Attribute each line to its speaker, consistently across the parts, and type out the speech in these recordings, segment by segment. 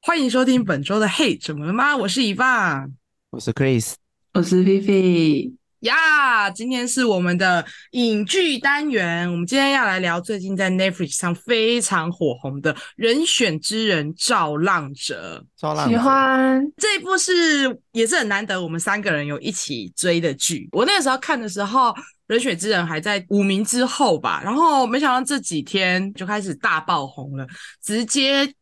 Speaker 1: 欢迎收听本周的《嘿，怎么了吗？》我是伊爸
Speaker 2: 我是 Chris，
Speaker 3: 我是菲菲，
Speaker 1: 呀今天是我们的影剧单元，我们今天要来聊最近在 Netflix 上非常火红的《人选之人造浪者》。
Speaker 2: 赵浪
Speaker 3: 喜
Speaker 1: 啊
Speaker 3: 欢
Speaker 1: 这一部是也是很难得，我们三个人有一起追的剧。我那个时候看的时候，《人选之人》还在五名之后吧，然后没想到这几天就开始大爆红了，直接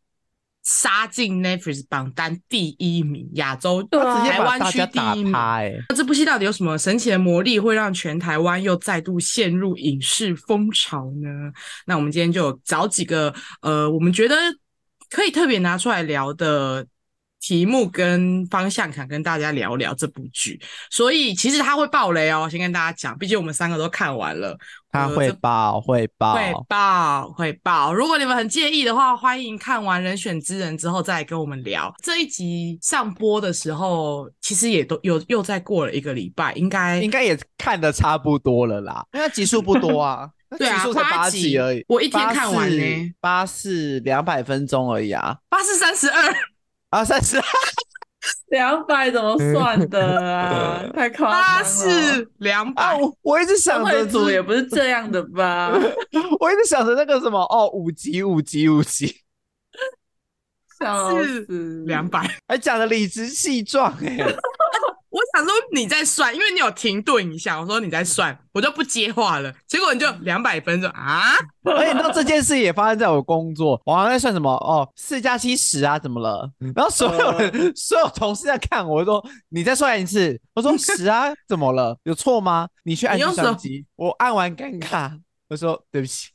Speaker 1: 杀进 Netflix 榜单第一名，亚洲
Speaker 3: 对啊
Speaker 2: 直接
Speaker 1: 台
Speaker 2: 把
Speaker 1: 湾
Speaker 2: 大
Speaker 1: 区
Speaker 2: 家
Speaker 1: 第
Speaker 2: 打
Speaker 1: 一名。
Speaker 2: 趴哎，
Speaker 1: 那这部戏到底有什么神奇的魔力，会让全台湾又再度陷入影视风潮呢？那我们今天就找几个呃，我们觉得可以特别拿出来聊的题目跟方向，想跟大家聊聊这部剧。所以其实它会爆雷哦，先跟大家讲，毕竟我们三个都看完了，
Speaker 2: 他
Speaker 1: 呃
Speaker 2: 会
Speaker 1: 这
Speaker 2: 爆会爆，
Speaker 1: 会爆会爆。如果你们很介意的话，欢迎看完《人选之人》之后再来跟我们聊。这一集上播的时候，其实也都又又再过了一个礼拜，应该
Speaker 2: 应该也看的差不多了啦，因为它集数不多啊， 那
Speaker 1: 对啊
Speaker 2: 集数才
Speaker 1: 八
Speaker 2: 八
Speaker 1: 集
Speaker 2: 集而已，
Speaker 1: 我一天看完呢
Speaker 2: 八四两百分钟而已啊，
Speaker 1: 八四三十二。
Speaker 2: 啊三十，
Speaker 3: 两百怎么算的啊？ 太夸张了！
Speaker 1: 八四两
Speaker 2: 啊，
Speaker 1: 百，
Speaker 2: 我我一直想着
Speaker 3: 会组也
Speaker 2: 是，
Speaker 3: 不是这样的吧？
Speaker 2: 我一直想着那个什么哦，五级五级五级，
Speaker 3: 笑
Speaker 1: 是
Speaker 3: 死！
Speaker 1: 两百。
Speaker 2: 还讲的理直气壮哎、
Speaker 1: 我想说你在算，因为你有停顿一下，我说你在算，我就不接话了。结果你就两百分钟啊，
Speaker 2: 而且你知哎道这件事也发生在我工作，我好像在算什么哦，四加七十啊，怎么了？
Speaker 1: 嗯
Speaker 2: 然后所有人、
Speaker 1: 呃
Speaker 2: 所有同事在看我，我说你再算一次，我说十啊，怎么了？有错吗？你去按
Speaker 1: 你
Speaker 2: 计
Speaker 1: 用手
Speaker 2: 算机，我按完尴尬，我说对不起，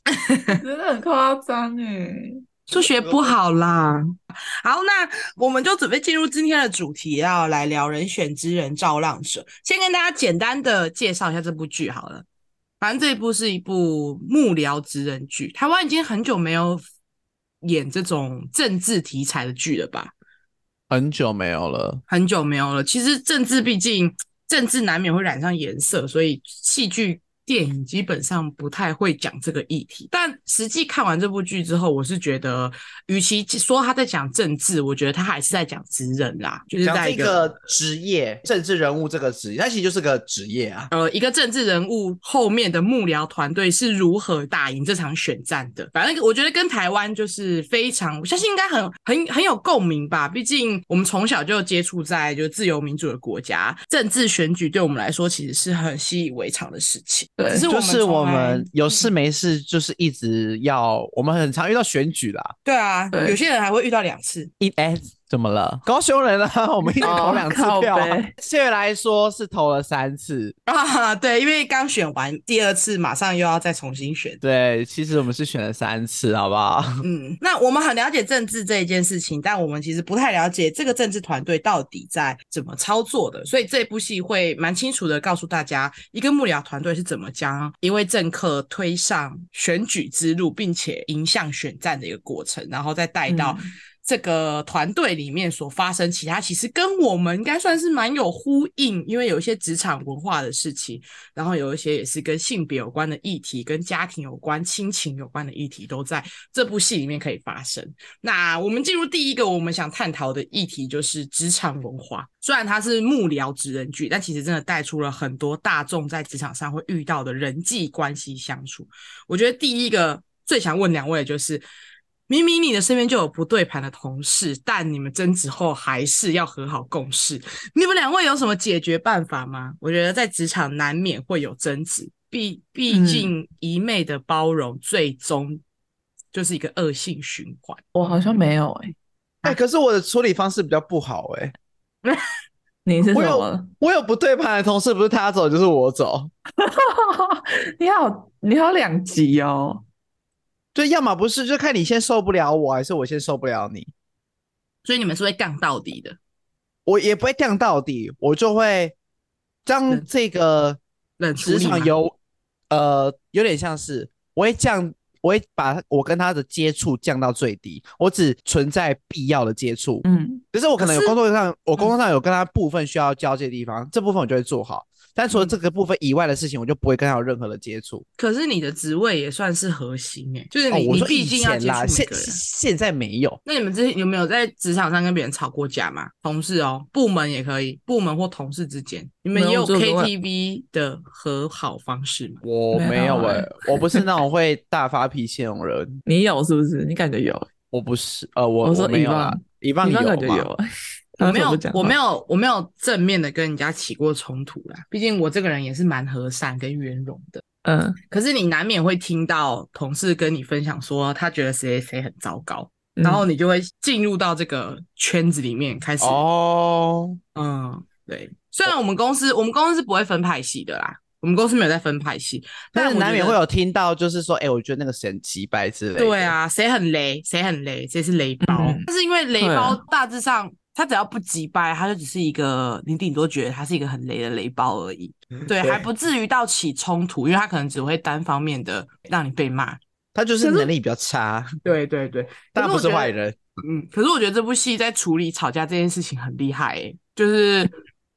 Speaker 3: 真的很夸张哎！
Speaker 1: 数学不好啦。好，那我们就准备进入今天的主题，要来聊《人选之人造浪者》。先跟大家简单的介绍一下这部剧好了。反正这一部是一部幕僚职人剧，台湾已经很久没有演这种政治题材的剧了吧？
Speaker 2: 很久没有了，
Speaker 1: 很久没有了。其实政治毕竟政治难免会染上颜色，所以戏剧、电影基本上不太会讲这个议题。但实际看完这部剧之后，我是觉得，与其说他在讲政治，我觉得他还是在讲职人啦，就是
Speaker 2: 讲
Speaker 1: 在
Speaker 2: 这
Speaker 1: 一个。
Speaker 2: 个职业，政治人物这个职业，那其实就是个职业啊。
Speaker 1: 呃，一个政治人物后面的幕僚团队是如何打赢这场选战的？反正我觉得跟台湾就是非常，我相信应该很很很有共鸣吧。毕竟我们从小就接触在就自由民主的国家，政治选举对我们来说其实是很习以为常的事情。
Speaker 3: 对
Speaker 1: 只是
Speaker 2: 就
Speaker 1: 我
Speaker 2: 是我
Speaker 1: 从来嗯
Speaker 2: 们有事没事，就是一直要，我们很常遇到选举啦。
Speaker 1: 对啊，
Speaker 3: 对
Speaker 1: 有些人还会遇到两次。
Speaker 2: 一哎、怎么了？ 高雄人啊，我们一直投
Speaker 3: 哦
Speaker 2: 两次
Speaker 3: 靠
Speaker 2: 票、啊
Speaker 3: 北，
Speaker 2: 谢、来说是投了三次。
Speaker 1: 啊，对，因为刚选完第二次，马上又要再重新选。
Speaker 2: 对，其实我们是选了三次，好不好？
Speaker 1: 嗯，那我们很了解政治这一件事情，但我们其实不太了解这个政治团队到底在怎么操作的，所以这部戏会蛮清楚的告诉大家，一个幕僚团队是怎么将一位政客推上选举之路，并且迎向选战的一个过程，然后再带到
Speaker 3: 嗯
Speaker 1: 这个团队里面所发生其他，其实跟我们应该算是蛮有呼应，因为有一些职场文化的事情，然后有一些也是跟性别有关的议题、跟家庭有关、亲情有关的议题，都在这部戏里面可以发生。那我们进入第一个我们想探讨的议题，就是职场文化。虽然它是幕僚职人剧，但其实真的带出了很多大众在职场上会遇到的人际关系相处。我觉得第一个最想问两位的就是，明明你的身边就有不对盘的同事，但你们争执后还是要和好共事，你们两位有什么解决办法吗？我觉得在职场难免会有争执，毕毕
Speaker 3: 嗯
Speaker 1: 竟一昧的包容，最终就是一个恶性循环。
Speaker 3: 我好像没有哎，
Speaker 2: 哎、可是我的处理方式比较不好哎、
Speaker 3: 你是什
Speaker 2: 我有
Speaker 3: 么？
Speaker 2: 我有不对盘的同事，不是他走就是我走，
Speaker 3: 你好，你好两极哦。
Speaker 2: 对，要么不是就看你先受不了我，还是我先受不了你。
Speaker 1: 所以你们是会杠到底的，
Speaker 2: 我也不会降到底，我就会
Speaker 1: 嗯
Speaker 2: 将这个
Speaker 1: 冷处
Speaker 2: 职
Speaker 1: 理
Speaker 2: 场
Speaker 1: 吗
Speaker 2: 有呃有点像是我会降，我会把我跟他的接触降到最低，我只存在必要的接触。
Speaker 3: 嗯，
Speaker 2: 可是我可能有
Speaker 1: 可是嗯
Speaker 2: 工作上，我工作上有跟他部分需要交接的地方，这部分我就会做好。但除了这个部分以外的事情，我就不会跟他有任何的接触。
Speaker 1: 可是你的职位也算是核心诶、就是
Speaker 2: 哦
Speaker 1: 你、，
Speaker 2: 我
Speaker 1: 你
Speaker 2: 说
Speaker 1: 毕
Speaker 2: 以
Speaker 1: 竟要
Speaker 2: 前
Speaker 1: 接触
Speaker 2: 啦，
Speaker 1: 每
Speaker 2: 现
Speaker 1: 个人。
Speaker 2: 现在没有。
Speaker 1: 那你们之前有没有在职场上跟别人吵过架吗？同事哦，部门也可以，部门或同事之间，你们
Speaker 3: 没有
Speaker 1: 也有
Speaker 3: 这个
Speaker 1: KTV 的和好方式吗？
Speaker 2: 我
Speaker 3: 没
Speaker 2: 没有
Speaker 3: 有
Speaker 1: 啊
Speaker 2: 哎、
Speaker 3: 欸
Speaker 2: 我不是那种会大发脾气那种人，
Speaker 3: 你有是不是？你感觉有？
Speaker 2: 我不是，呃，我
Speaker 3: 我说
Speaker 2: 没有啦，一
Speaker 3: 你
Speaker 2: 有
Speaker 3: 感觉
Speaker 2: 吧？
Speaker 3: 有？
Speaker 1: 我没有，我没
Speaker 3: 有。
Speaker 1: 有，我没有正面的跟人家起过冲突啦。毕竟我这个人也是蛮和善跟圆融的。
Speaker 3: 嗯，
Speaker 1: 可是你难免会听到同事跟你分享说，他觉得谁谁谁很糟糕，
Speaker 3: 嗯
Speaker 1: 然后你就会进入到这个圈子里面开始。
Speaker 2: 哦，
Speaker 1: 嗯，对。虽然我们公司，我们公司是不会分派系的啦，我们公司没有在分派系，
Speaker 2: 但
Speaker 1: 但
Speaker 2: 是
Speaker 1: 我
Speaker 2: 难
Speaker 1: 觉
Speaker 2: 免
Speaker 1: 得
Speaker 2: 会有听到，就是说，哎、我觉得那个神奇白之类的。
Speaker 1: 对，啊，谁很雷，谁很雷，谁是雷包。
Speaker 3: 嗯
Speaker 1: 但是因为雷
Speaker 3: 对
Speaker 1: 包
Speaker 3: 啊
Speaker 1: 大致上，他只要不击败，他就只是一个，你顶多觉得他是一个很雷的雷包而已。对，
Speaker 2: 对
Speaker 1: 还不至于到起冲突，因为他可能只会单方面的让你被骂。
Speaker 2: 他就是
Speaker 1: 可是
Speaker 2: 能力比较差，
Speaker 1: 对对对，
Speaker 2: 但不是坏
Speaker 1: 人。
Speaker 2: 人。
Speaker 1: 嗯，可是我觉得这部戏在处理吵架这件事情很厉害、欸，就是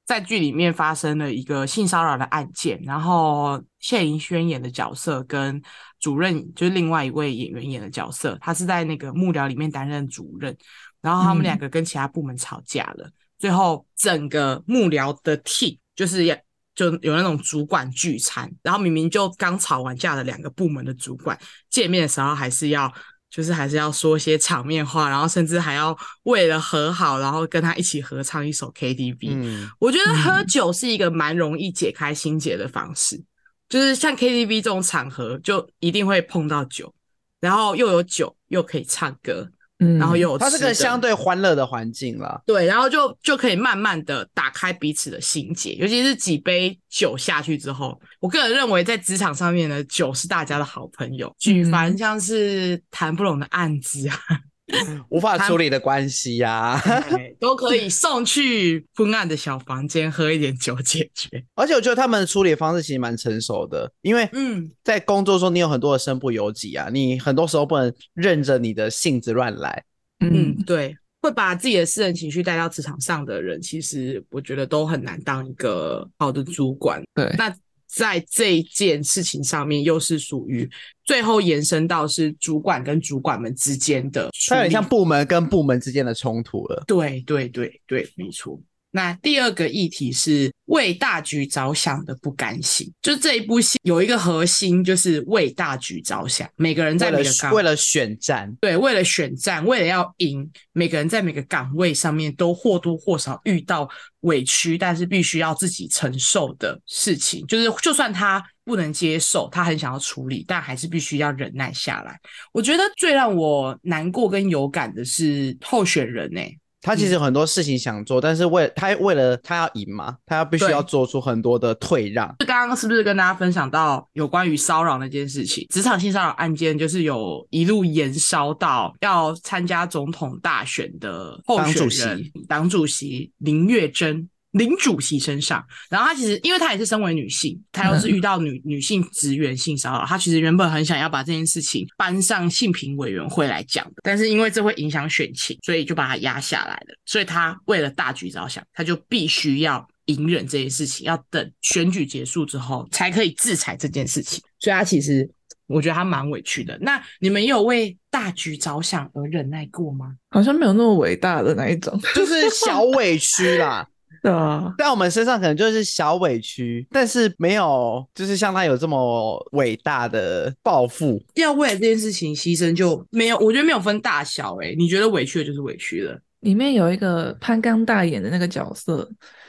Speaker 1: 在剧里面发生了一个性骚扰的案件，然后谢盈萱演的角色跟主任就是另外一位演员演的角色，他是在那个幕僚里面担任主任，然后他们
Speaker 3: 嗯
Speaker 1: 两个跟其他部门吵架了，最后整个幕僚的 team 就是要就有那种主管聚餐，然后明明就刚吵完架的两个部门的主管见面的时候还是要。就是还是要说一些场面话，然后甚至还要为了和好，然后跟他一起合唱一首 KTV。
Speaker 2: 嗯，
Speaker 1: 我觉得喝
Speaker 3: 嗯
Speaker 1: 酒是一个蛮容易解开心结的方式，就是像 KTV 这种场合，就一定会碰到酒，然后又有酒，又可以唱歌，
Speaker 3: 嗯，
Speaker 1: 然后又有
Speaker 2: 它是
Speaker 1: 吃
Speaker 2: 个
Speaker 1: 的
Speaker 2: 相对欢乐的环境啦。
Speaker 1: 对，然后就就可以慢慢的打开彼此的心结，尤其是几杯酒下去之后，我个人认为在职场上面呢，酒是大家的好朋友，举凡
Speaker 3: 嗯
Speaker 1: 像是谈不拢的案子啊。
Speaker 2: 无法
Speaker 1: 他
Speaker 2: 处理的关系呀、
Speaker 1: 对都可以送去昏暗的小房间喝一点酒解决。
Speaker 2: 而且我觉得他们的处理方式其实蛮成熟的，因为
Speaker 1: 嗯，
Speaker 2: 在工作中你有很多的身不由己啊，你很多时候不能任着你的性子乱来。
Speaker 1: 嗯
Speaker 3: 嗯，，
Speaker 1: 对，会把自己的私人情绪带到职场上的人，其实我觉得都很难当一个好的主管。
Speaker 3: 对，
Speaker 1: 那在这一件事情上面，又是属于最后延伸到是主管跟主管们之间的处
Speaker 2: 它有点
Speaker 1: 理
Speaker 2: 像部门跟部门之间的冲突了。
Speaker 1: 对对对对，没错。那第二个议题是为大局着想的不甘心，就这一部戏有一个核心就是为大局着想，每个人在
Speaker 2: 为
Speaker 1: 每
Speaker 2: 了
Speaker 1: 个岗
Speaker 2: 为了选战，
Speaker 1: 对为了选战，为了要赢，每个人在每个岗位上面都或多或少遇到委屈，但是必须要自己承受的事情，就是就算他不能接受，他很想要处理，但还是必须要忍耐下来。我觉得最让我难过跟有感的是候选人欸呢、
Speaker 2: 他
Speaker 1: 嗯
Speaker 2: 其实有很多事情想做，但是为他为了他要赢嘛，他要必须
Speaker 1: 对
Speaker 2: 要做出很多的退让。
Speaker 1: 就刚刚是不是跟大家分享到有关于骚扰那件事情？职场性骚扰案件就是有一路延烧到要参加总统大选的候选人党主席林月珍。林主席身上，然后她其实，因为她也是身为女性，她又是遇到女、女性职员性骚扰，她其实原本很想要把这件事情搬上性平委员会来讲的，但是因为这会影响选情，所以就把它压下来了。所以她为了大局着想，她就必须要隐忍这件事情，要等选举结束之后才可以制裁这件事情。所以她其实，我觉得她蛮委屈的。那你们也有为大局着想而忍耐过吗？
Speaker 3: 好像没有那么伟大的那一种，
Speaker 2: 就是小委屈啦，
Speaker 3: 对啊，
Speaker 2: 在我们身上可能就是小委屈，但是没有就是像他有这么伟大的抱负。
Speaker 1: 要为了这件事情牺牲就没有，我觉得没有分大小、欸。你觉得委屈的就是委屈了。
Speaker 3: 里面有一个潘刚大演的那个角色，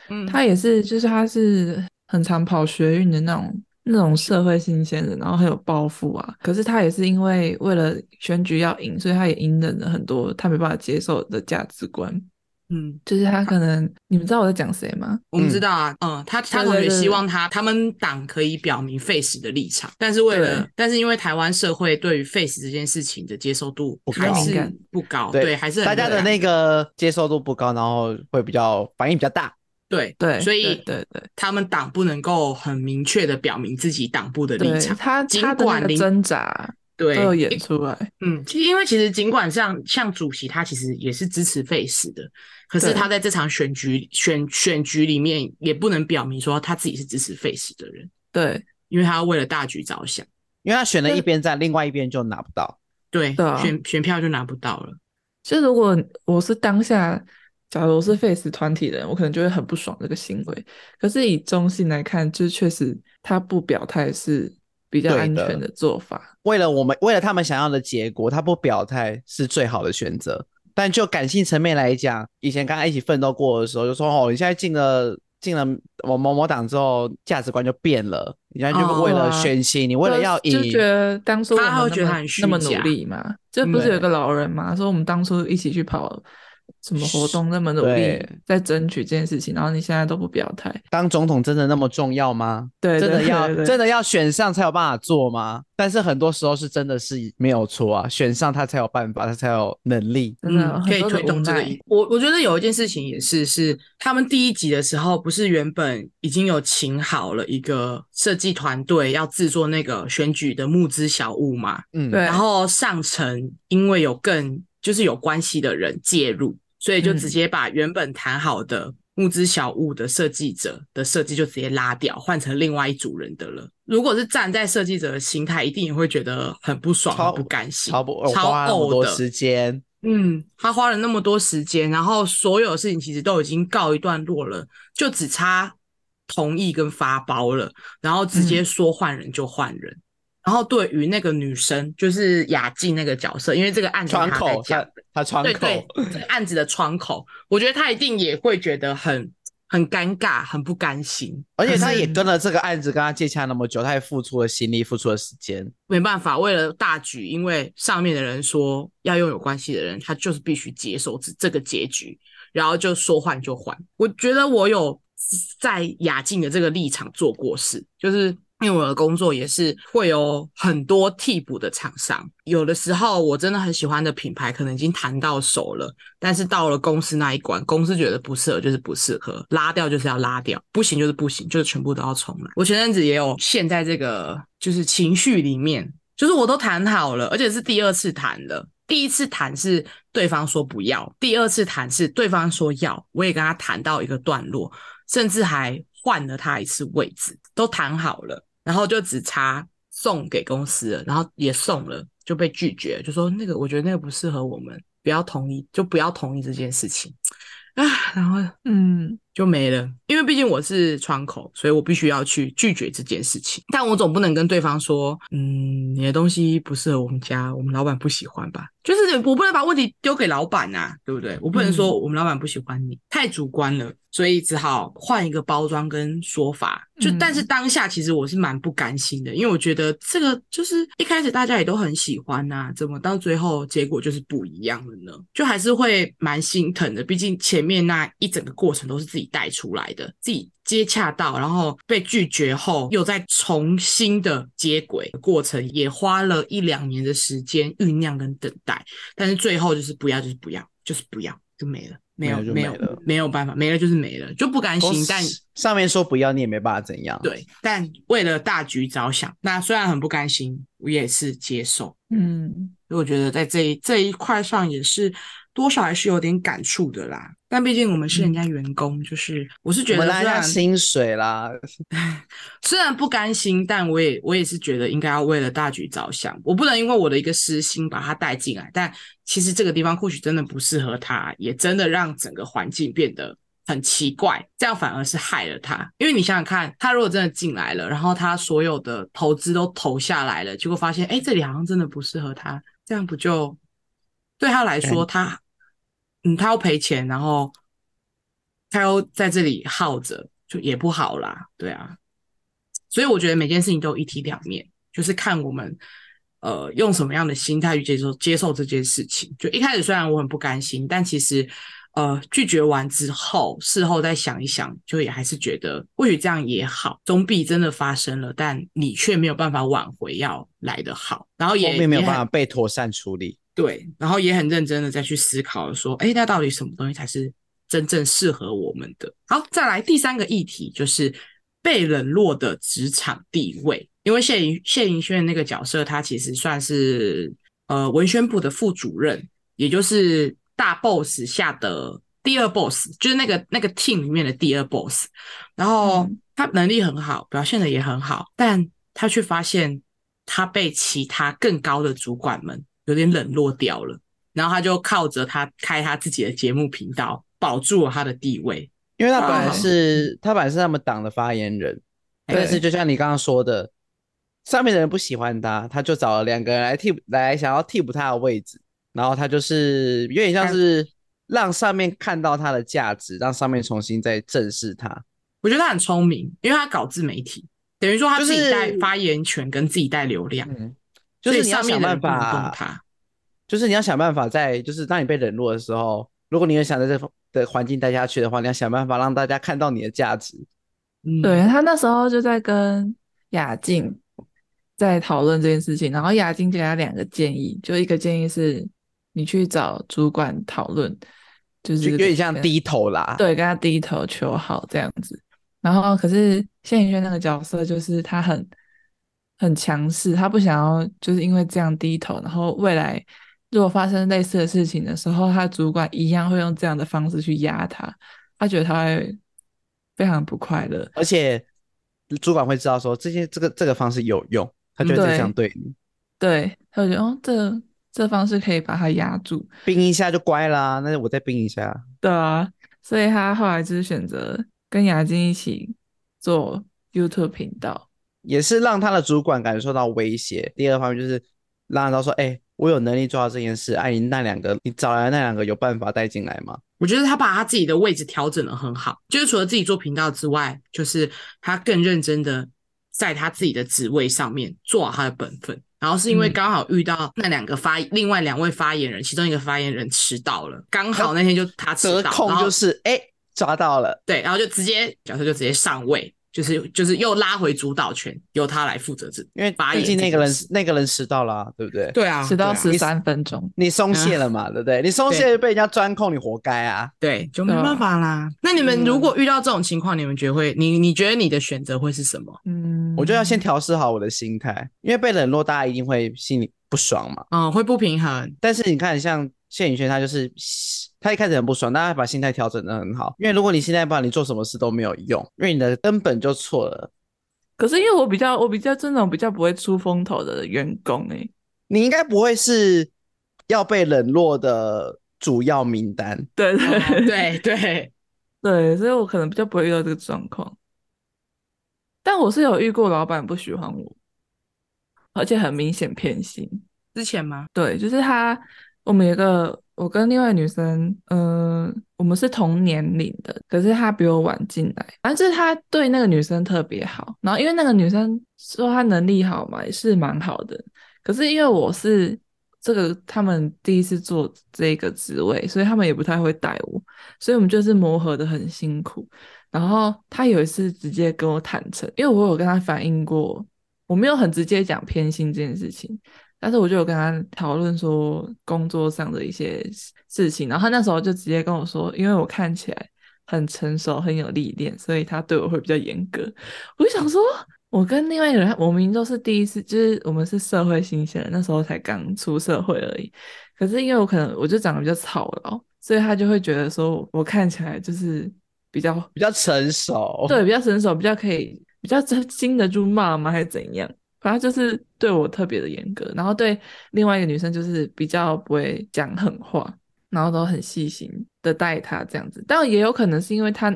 Speaker 1: 嗯
Speaker 3: 他也是，就是他是很常跑学运的那种那种社会新鲜人，然后很有抱负啊。可是他也是因为为了选举要赢，所以他也隐忍了很多他没办法接受的价值观。
Speaker 1: 嗯，
Speaker 3: 就是他可能，你们知道我在讲谁吗？
Speaker 1: 我们
Speaker 2: 嗯
Speaker 1: 知道啊，嗯，他他
Speaker 3: 对
Speaker 1: 同
Speaker 3: 对
Speaker 1: 学
Speaker 3: 对
Speaker 1: 希
Speaker 3: 对
Speaker 1: 望他他们党可以表明 face 的立场，但是为了
Speaker 3: 对，
Speaker 1: 但是因为台湾社会对于 face 这件事情的接受度
Speaker 2: 不
Speaker 1: 还
Speaker 2: 高
Speaker 1: 是
Speaker 3: 敏感
Speaker 1: 不高，
Speaker 2: 对
Speaker 1: 对，还是很
Speaker 2: 大家
Speaker 1: 敏
Speaker 2: 的
Speaker 1: 感
Speaker 2: 那个接受度不高，然后会比较反应比较大。
Speaker 1: 对
Speaker 3: 对，
Speaker 1: 所以
Speaker 3: 对对对
Speaker 1: 他们党不能够很明确的表明自己党部的立
Speaker 3: 对，
Speaker 1: 场，
Speaker 3: 他
Speaker 1: 尽
Speaker 3: 他的那
Speaker 1: 管
Speaker 3: 个
Speaker 1: 林
Speaker 3: 挣扎，
Speaker 1: 对，
Speaker 3: 都有演出来，
Speaker 1: 嗯，其实因为其实尽管像像主席他其实也是支持费氏的，可是
Speaker 3: 对
Speaker 1: 他在这场选举选选举里面也不能表明说他自己是支持费氏的人，
Speaker 3: 对
Speaker 1: 因为他要为了大局着想，
Speaker 4: 因为他选了一边站，另外一边就拿不到。
Speaker 1: 对，
Speaker 3: 对啊
Speaker 1: 选选票就拿不到了。
Speaker 3: 就如果我是当下，假如我是 face 团体人，我可能就会很不爽这个行为。可是以中性来看，就是确实他不表态是比较
Speaker 4: 对
Speaker 3: 安
Speaker 4: 的
Speaker 3: 全的做法。
Speaker 4: 为了我们，为了他们想要的结果，他不表态是最好的选择。但就感性层面来讲，以前刚刚一起奋斗过的时候，就说哦，你现在进了进了某某某党之后，价值观就变了。你现在就
Speaker 1: 哦
Speaker 4: 为
Speaker 3: 对
Speaker 4: 了
Speaker 3: 啊
Speaker 4: 选情，你为了要赢
Speaker 3: 就，觉得当初我
Speaker 1: 他
Speaker 3: 们
Speaker 1: 会
Speaker 3: 那
Speaker 1: 觉得
Speaker 3: 么
Speaker 1: 很虚
Speaker 3: 那么努
Speaker 1: 假
Speaker 3: 力嘛，就不是有
Speaker 4: 对
Speaker 3: 个老人嘛，说我们当初一起去跑什么活动，那么努力
Speaker 4: 对
Speaker 3: 在争取这件事情，然后你现在都不表态，
Speaker 4: 当总统真的那么重要吗？
Speaker 3: 对，
Speaker 4: 真的
Speaker 3: 对
Speaker 4: 要
Speaker 3: 对对
Speaker 4: 真的要选上才有办法做吗？但是很多时候是真的是没有错啊，选上他才有办法，他才有能力。
Speaker 3: 真的
Speaker 1: 嗯可
Speaker 3: 很
Speaker 1: 以
Speaker 3: 多的
Speaker 1: 推动
Speaker 3: 无
Speaker 1: 这个
Speaker 3: 奈
Speaker 1: 议。我我觉得有一件事情也是，是他们第一集的时候，不是原本已经有请好了一个设计团队要制作那个选举的募资小物嘛？
Speaker 4: 嗯，
Speaker 3: 对
Speaker 1: 然后上层因为有更就是有关系的人介入，所以就直
Speaker 3: 嗯
Speaker 1: 接把原本谈好的募资小物的设计者的设计就直接拉掉，换成另外一组人的了。如果是站在设计者的心态，一定也会觉得很不爽、
Speaker 4: 超
Speaker 1: 很不甘心、
Speaker 4: 超不哦我
Speaker 1: 超
Speaker 4: 花了那么
Speaker 1: 呕
Speaker 4: 多
Speaker 1: 的。
Speaker 4: 时间，
Speaker 1: 嗯，他花了那么多时间，然后所有事情其实都已经告一段落了，就只差同意跟发包了，然后直
Speaker 4: 嗯
Speaker 1: 接说换人就换人。然后对于那个女生，就是雅静那个角色，因为这个案子
Speaker 4: 窗
Speaker 1: 她在
Speaker 4: 口
Speaker 1: 讲
Speaker 4: 他他窗
Speaker 1: 对
Speaker 4: 口
Speaker 1: 对，这个案子的窗口，我觉得她一定也会觉得很很尴尬，很不甘心。
Speaker 4: 而且
Speaker 1: 可
Speaker 4: 他
Speaker 1: 是
Speaker 4: 也跟了这个案子跟他接洽那么久，他也付出了心力，付出了时间。
Speaker 1: 没办法，为了大局，因为上面的人说要用有关系的人，他就是必须接受这这个结局，然后就说换就换。我觉得我有在雅静的这个立场做过事，就是。因为我的工作也是会有很多替补的厂商，有的时候我真的很喜欢的品牌可能已经谈到手了，但是到了公司那一关，公司觉得不适合就是不适合，拉掉就是要拉掉，不行就是不行，就是全部都要重来。我前阵子也有陷在这个就是情绪里面，就是我都谈好了，而且是第二次谈了。第一次谈是对方说不要，第二次谈是对方说要，我也跟他谈到一个段落，甚至还换了他一次位置，都谈好了，然后就只差送给公司了，然后也送了，就被拒绝，就说那个我觉得那个不适合我们，不要同意，就不要同意这件事情，啊，然后
Speaker 3: 嗯，
Speaker 1: 就没了，因为毕竟我是窗口，所以我必须要去拒绝这件事情。但我总不能跟对方说，嗯，你的东西不适合我们家，我们老板不喜欢吧？就是我不能把问题丢给老板啊，对不对？
Speaker 4: 嗯
Speaker 1: 我不能说我们老板不喜欢你，太主观了，所以只好换一个包装跟说法。就
Speaker 3: 嗯
Speaker 1: 但是当下其实我是蛮不甘心的，因为我觉得这个就是一开始大家也都很喜欢呐、怎么到最后结果就是不一样了呢？就还是会蛮心疼的，毕竟前面那一整个过程都是自己带出来的，自己接洽到，然后被拒绝后又再重新的接轨过程，也花了一两年的时间酝酿跟等待，但是最后就是不要，就是不要，就是不要，就没了。没有
Speaker 4: 没了就
Speaker 1: 没有
Speaker 4: 没了
Speaker 1: 没有办法，没了就是没了，就不甘
Speaker 4: 公
Speaker 1: 心
Speaker 4: 司，
Speaker 1: 但
Speaker 4: 上面说不要，你也没办法怎样。，
Speaker 1: 对，但为了大局着想，那虽然很不甘心，我也是接受。
Speaker 3: 嗯，
Speaker 1: 所以我觉得在这一这一块上也是多少还是有点感触的啦。但毕竟我们是人家员工，就是我是觉
Speaker 4: 嗯我
Speaker 1: 得
Speaker 4: 们拿
Speaker 1: 虽
Speaker 4: 人家
Speaker 1: 然
Speaker 4: 薪水啦，
Speaker 1: 虽然不甘心，但我也我也是觉得应该要为了大局着想，我不能因为我的一个私心把他带进来。但其实这个地方或许真的不适合他，也真的让整个环境变得很奇怪，这样反而是害了他。因为你想想看，他如果真的进来了，然后他所有的投资都投下来了，结果发现哎，诶这里好像真的不适合他，这样不就对他来说，他嗯，他要赔钱，然后他又在这里耗着，就也不好啦，对啊。所以我觉得每件事情都有一体两面，就是看我们呃用什么样的心态去接受接受这件事情。就一开始虽然我很不甘心，但其实呃拒绝完之后，事后再想一想，就也还是觉得或许这样也好，总比真的发生了，但你却没有办法挽回要来的好，然后也
Speaker 4: 后面没有
Speaker 1: 也很
Speaker 4: 办法被妥善处理。
Speaker 1: 对，然后也很认真的再去思考说，哎，那到底什么东西才是真正适合我们的？好，再来第三个议题就是被冷落的职场地位。因为谢盈谢盈萱那个角色，她其实算是呃文宣部的副主任，也就是大 boss 下的第二 boss，就是那个那个 team 里面的第二 boss。然后
Speaker 3: 嗯
Speaker 1: 她能力很好，表现的也很好，但她却发现她被其他更高的主管们有点冷落掉了。然后她就靠着她开她自己的节目频道，保住了她的地位。
Speaker 2: 因为他本来
Speaker 1: 啊
Speaker 2: 是他本来是他们党的发言人，
Speaker 1: 对
Speaker 2: 但是就像你刚刚说的，上面的人不喜欢他，他就找了两个人来替补来想要替补他的位置，然后他就是有点像
Speaker 1: 看
Speaker 2: 是让上面看到他的价值，让上面重新再正视他。
Speaker 1: 我觉得他很聪明，因为他搞自媒体，等于说他
Speaker 2: 就
Speaker 1: 自己
Speaker 2: 是
Speaker 1: 带发言权跟自己带流量，
Speaker 2: 嗯，就
Speaker 1: 所以
Speaker 2: 是你要
Speaker 1: 上面
Speaker 2: 想
Speaker 1: 的
Speaker 2: 办
Speaker 1: 人不能动
Speaker 2: 法，
Speaker 1: 他。
Speaker 2: 就是你要想办法在，就是当你被冷落的时候，如果你有想在这的环境待下去的话，你要想办法让大家看到你的价值。
Speaker 1: 嗯，
Speaker 3: 对他那时候就在跟雅静在讨论这件事情，然后雅静给他两个建议，就一个建议是你去找主管讨论，就是
Speaker 2: 就有点像
Speaker 3: 跟
Speaker 2: 低头啦。，
Speaker 3: 对，跟他低头求好这样子。然后可是谢颖轩那个角色就是他很很强势，他不想要就是因为这样低头，然后未来如果发生类似的事情的时候，他主管一样会用这样的方式去压他，他觉得他会非常不快乐。
Speaker 2: 而且主管会知道说这些这个这个方式有用，他就会
Speaker 3: 嗯
Speaker 2: 这样对你，
Speaker 3: 对，他就觉得哦，这这方式可以把他压住。
Speaker 2: 冰一下就乖啦。那我再冰一下，
Speaker 3: 对啊，所以他后来就是选择跟雅静一起做 YouTube 频道。
Speaker 2: 也是让他的主管感受到威胁。第二方面就是让他知道说，哎、我有能力做到这件事。哎、你那两个，你找来的那两个有办法带进来吗？
Speaker 1: 我觉得他把他自己的位置调整的很好，就是除了自己做频道之外，就是他更认真的在他自己的职位上面做好他的本分。然后是因为
Speaker 3: 嗯
Speaker 1: 刚好遇到那两个发，另外两位发言人，其中一个发言人迟到了，刚
Speaker 3: 哦
Speaker 1: 好那天就他迟
Speaker 2: 得
Speaker 1: 到，
Speaker 2: 空
Speaker 1: 然后
Speaker 2: 就是哎、抓到了，
Speaker 1: 对，然后就直接角色就直接上位，就是就是又拉回主导权，由他来负责这
Speaker 2: 因为
Speaker 1: 发
Speaker 2: 毕
Speaker 1: 言
Speaker 2: 竟
Speaker 1: 这
Speaker 2: 那个
Speaker 1: 件
Speaker 2: 人
Speaker 1: 事
Speaker 2: 那个人迟到了啊、对不对？啊
Speaker 1: 对啊，
Speaker 3: 迟
Speaker 1: 对
Speaker 3: 到
Speaker 1: 啊
Speaker 3: 十三分钟，
Speaker 2: 你松懈了嘛，对不对？你松懈被人家钻空，你活该啊！
Speaker 1: 对，就没
Speaker 3: 对啊
Speaker 1: 办法啦。那你们
Speaker 3: 嗯
Speaker 1: 如果遇到这种情况，你们觉得会，你你觉得你的选择会是什么？
Speaker 3: 嗯，
Speaker 2: 我就要先调试好我的心态，因为被冷落，大家一定会心里不爽嘛。
Speaker 1: 嗯，会不平衡。
Speaker 2: 但是你看，像谢颖轩，他就是他一开始很不爽，但他把心态调整的很好。因为如果你心态不好，你做什么事都没有用，因为你的根本就错了。
Speaker 3: 可是因为我比较，我比较这种比较不会出风头的员工哎、
Speaker 2: 你应该不会是要被冷落的主要名单。
Speaker 3: 对对、
Speaker 1: 哦对对，
Speaker 3: 对，所以我可能比较不会遇到这个状况。但我是有遇过老板不喜欢我，而且很明显偏心。
Speaker 1: 之前吗？
Speaker 3: 对，就是他，我们有一个，我跟另外一个女生，嗯、我们是同年龄的，可是他比我晚进来，反正就是他对那个女生特别好，然后因为那个女生说她能力好嘛，也是蛮好的，可是因为我是这个他们第一次做这个职位，所以他们也不太会带我，所以我们就是磨合的很辛苦。然后他有一次直接跟我坦诚，因为我有跟他反映过，我没有很直接讲偏心这件事情，但是我就有跟他讨论说工作上的一些事事情，然后他那时候就直接跟我说，因为我看起来很成熟、很有历练，所以他对我会比较严格。我就想说，我跟另外一个人，我们明明都是第一次，就是我们是社会新鲜人，那时候才刚出社会而已。可是因为我可能我就长得比较操劳，所以他就会觉得说我看起来就是比较
Speaker 2: 比较成熟，，
Speaker 3: 对，比较成熟，比较可以，比较经经得住骂吗？还是怎样？反正就是对我特别的严格，然后对另外一个女生就是比较不会讲狠话，然后都很细心的待她这样子。但也有可能是因为她，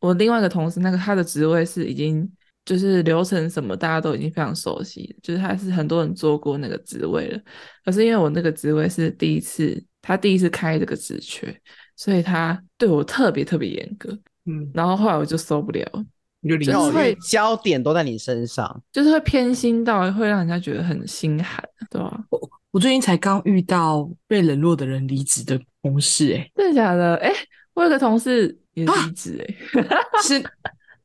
Speaker 3: 我另外一个同事那个她的职位是已经就是流程什么大家都已经非常熟悉，就是她是很多人做过那个职位了。可是因为我那个职位是第一次，她第一次开这个职缺，所以她对我特别特别严格。
Speaker 1: 嗯，
Speaker 3: 然后后来我就受不了了，
Speaker 1: 你就离
Speaker 2: 没
Speaker 3: 就是
Speaker 2: 有，
Speaker 1: 职
Speaker 2: 因
Speaker 3: 会
Speaker 2: 为焦点都在你身上。
Speaker 3: 就是会偏心到会让人家觉得很心寒，对啊吧、
Speaker 1: 我最近才刚遇到被冷落的人离职的同事、 欸，
Speaker 3: 真的假的？哎、我有个同事也离职、哎、
Speaker 1: 是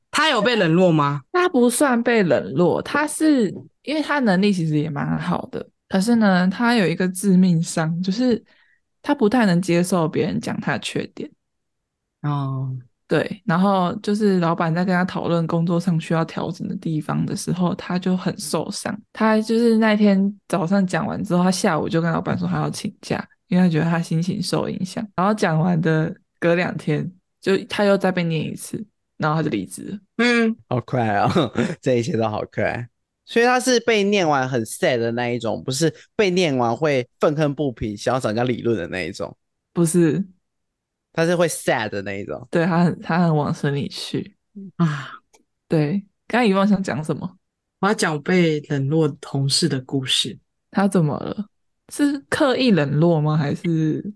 Speaker 1: 他有被冷落吗？
Speaker 3: 他不算被冷落，他是因为他能力其实也蛮好的，可是呢，他有一个致命伤，就是他不太能接受别人讲他的缺点。
Speaker 1: 哦，
Speaker 3: 对，然后就是老板在跟他讨论工作上需要调整的地方的时候，他就很受伤。他就是那天早上讲完之后，他下午就跟老板说他要请假，因为他觉得他心情受影响。然后讲完的隔两天，就他又再被念一次，然后他就离职了。
Speaker 1: 嗯，
Speaker 4: 好快 哦，这一切都好快。所以他是被念完很 sad 的那一种，不是被念完会愤恨不平、想要找人家理论的那一种，
Speaker 3: 不是，
Speaker 4: 他是会 sad 的那一种。
Speaker 3: 对他很他很往深里去。
Speaker 1: 啊，
Speaker 3: 对，刚刚遗忘想讲什么？
Speaker 1: 我要讲我被冷落同事的故事。
Speaker 3: 他怎么了？是刻意冷落吗？还是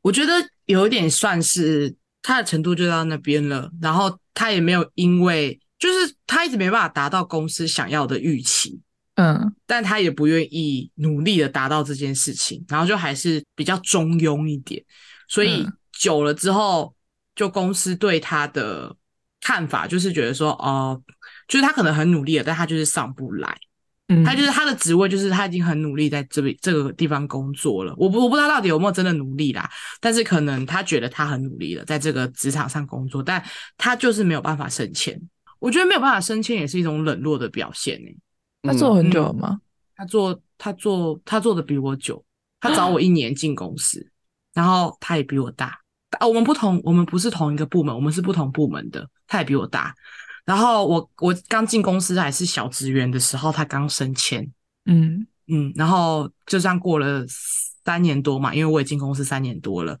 Speaker 1: 我觉得有一点算是他的程度就到那边了，然后他也没有因为，就是他一直没办法达到公司想要的预期，
Speaker 3: 嗯
Speaker 1: 但他也不愿意努力的达到这件事情，然后就还是比较中庸一点，所以
Speaker 3: 嗯
Speaker 1: 久了之后，就公司对他的看法就是觉得说，哦、就是他可能很努力了，但他就是上不来。
Speaker 3: 嗯，
Speaker 1: 他就是他的职位，就是他已经很努力在这里这个地方工作了。我不我不知道到底有没有真的努力啦，但是可能他觉得他很努力了，在这个职场上工作，但他就是没有办法升迁。我觉得没有办法升迁也是一种冷落的表现欸呢、
Speaker 3: 他做很久
Speaker 1: 嗯
Speaker 3: 了吗？
Speaker 1: 他做他做他做的比我久，他早我一年进公司，然后他也比我大。啊，我们不同，我们不是同一个部门，我们是不同部门的。他也比我大。然后我我刚进公司还是小职员的时候，他刚升迁，
Speaker 3: 嗯
Speaker 1: 嗯，然后就这样过了三年多嘛，因为我也进公司三年多了，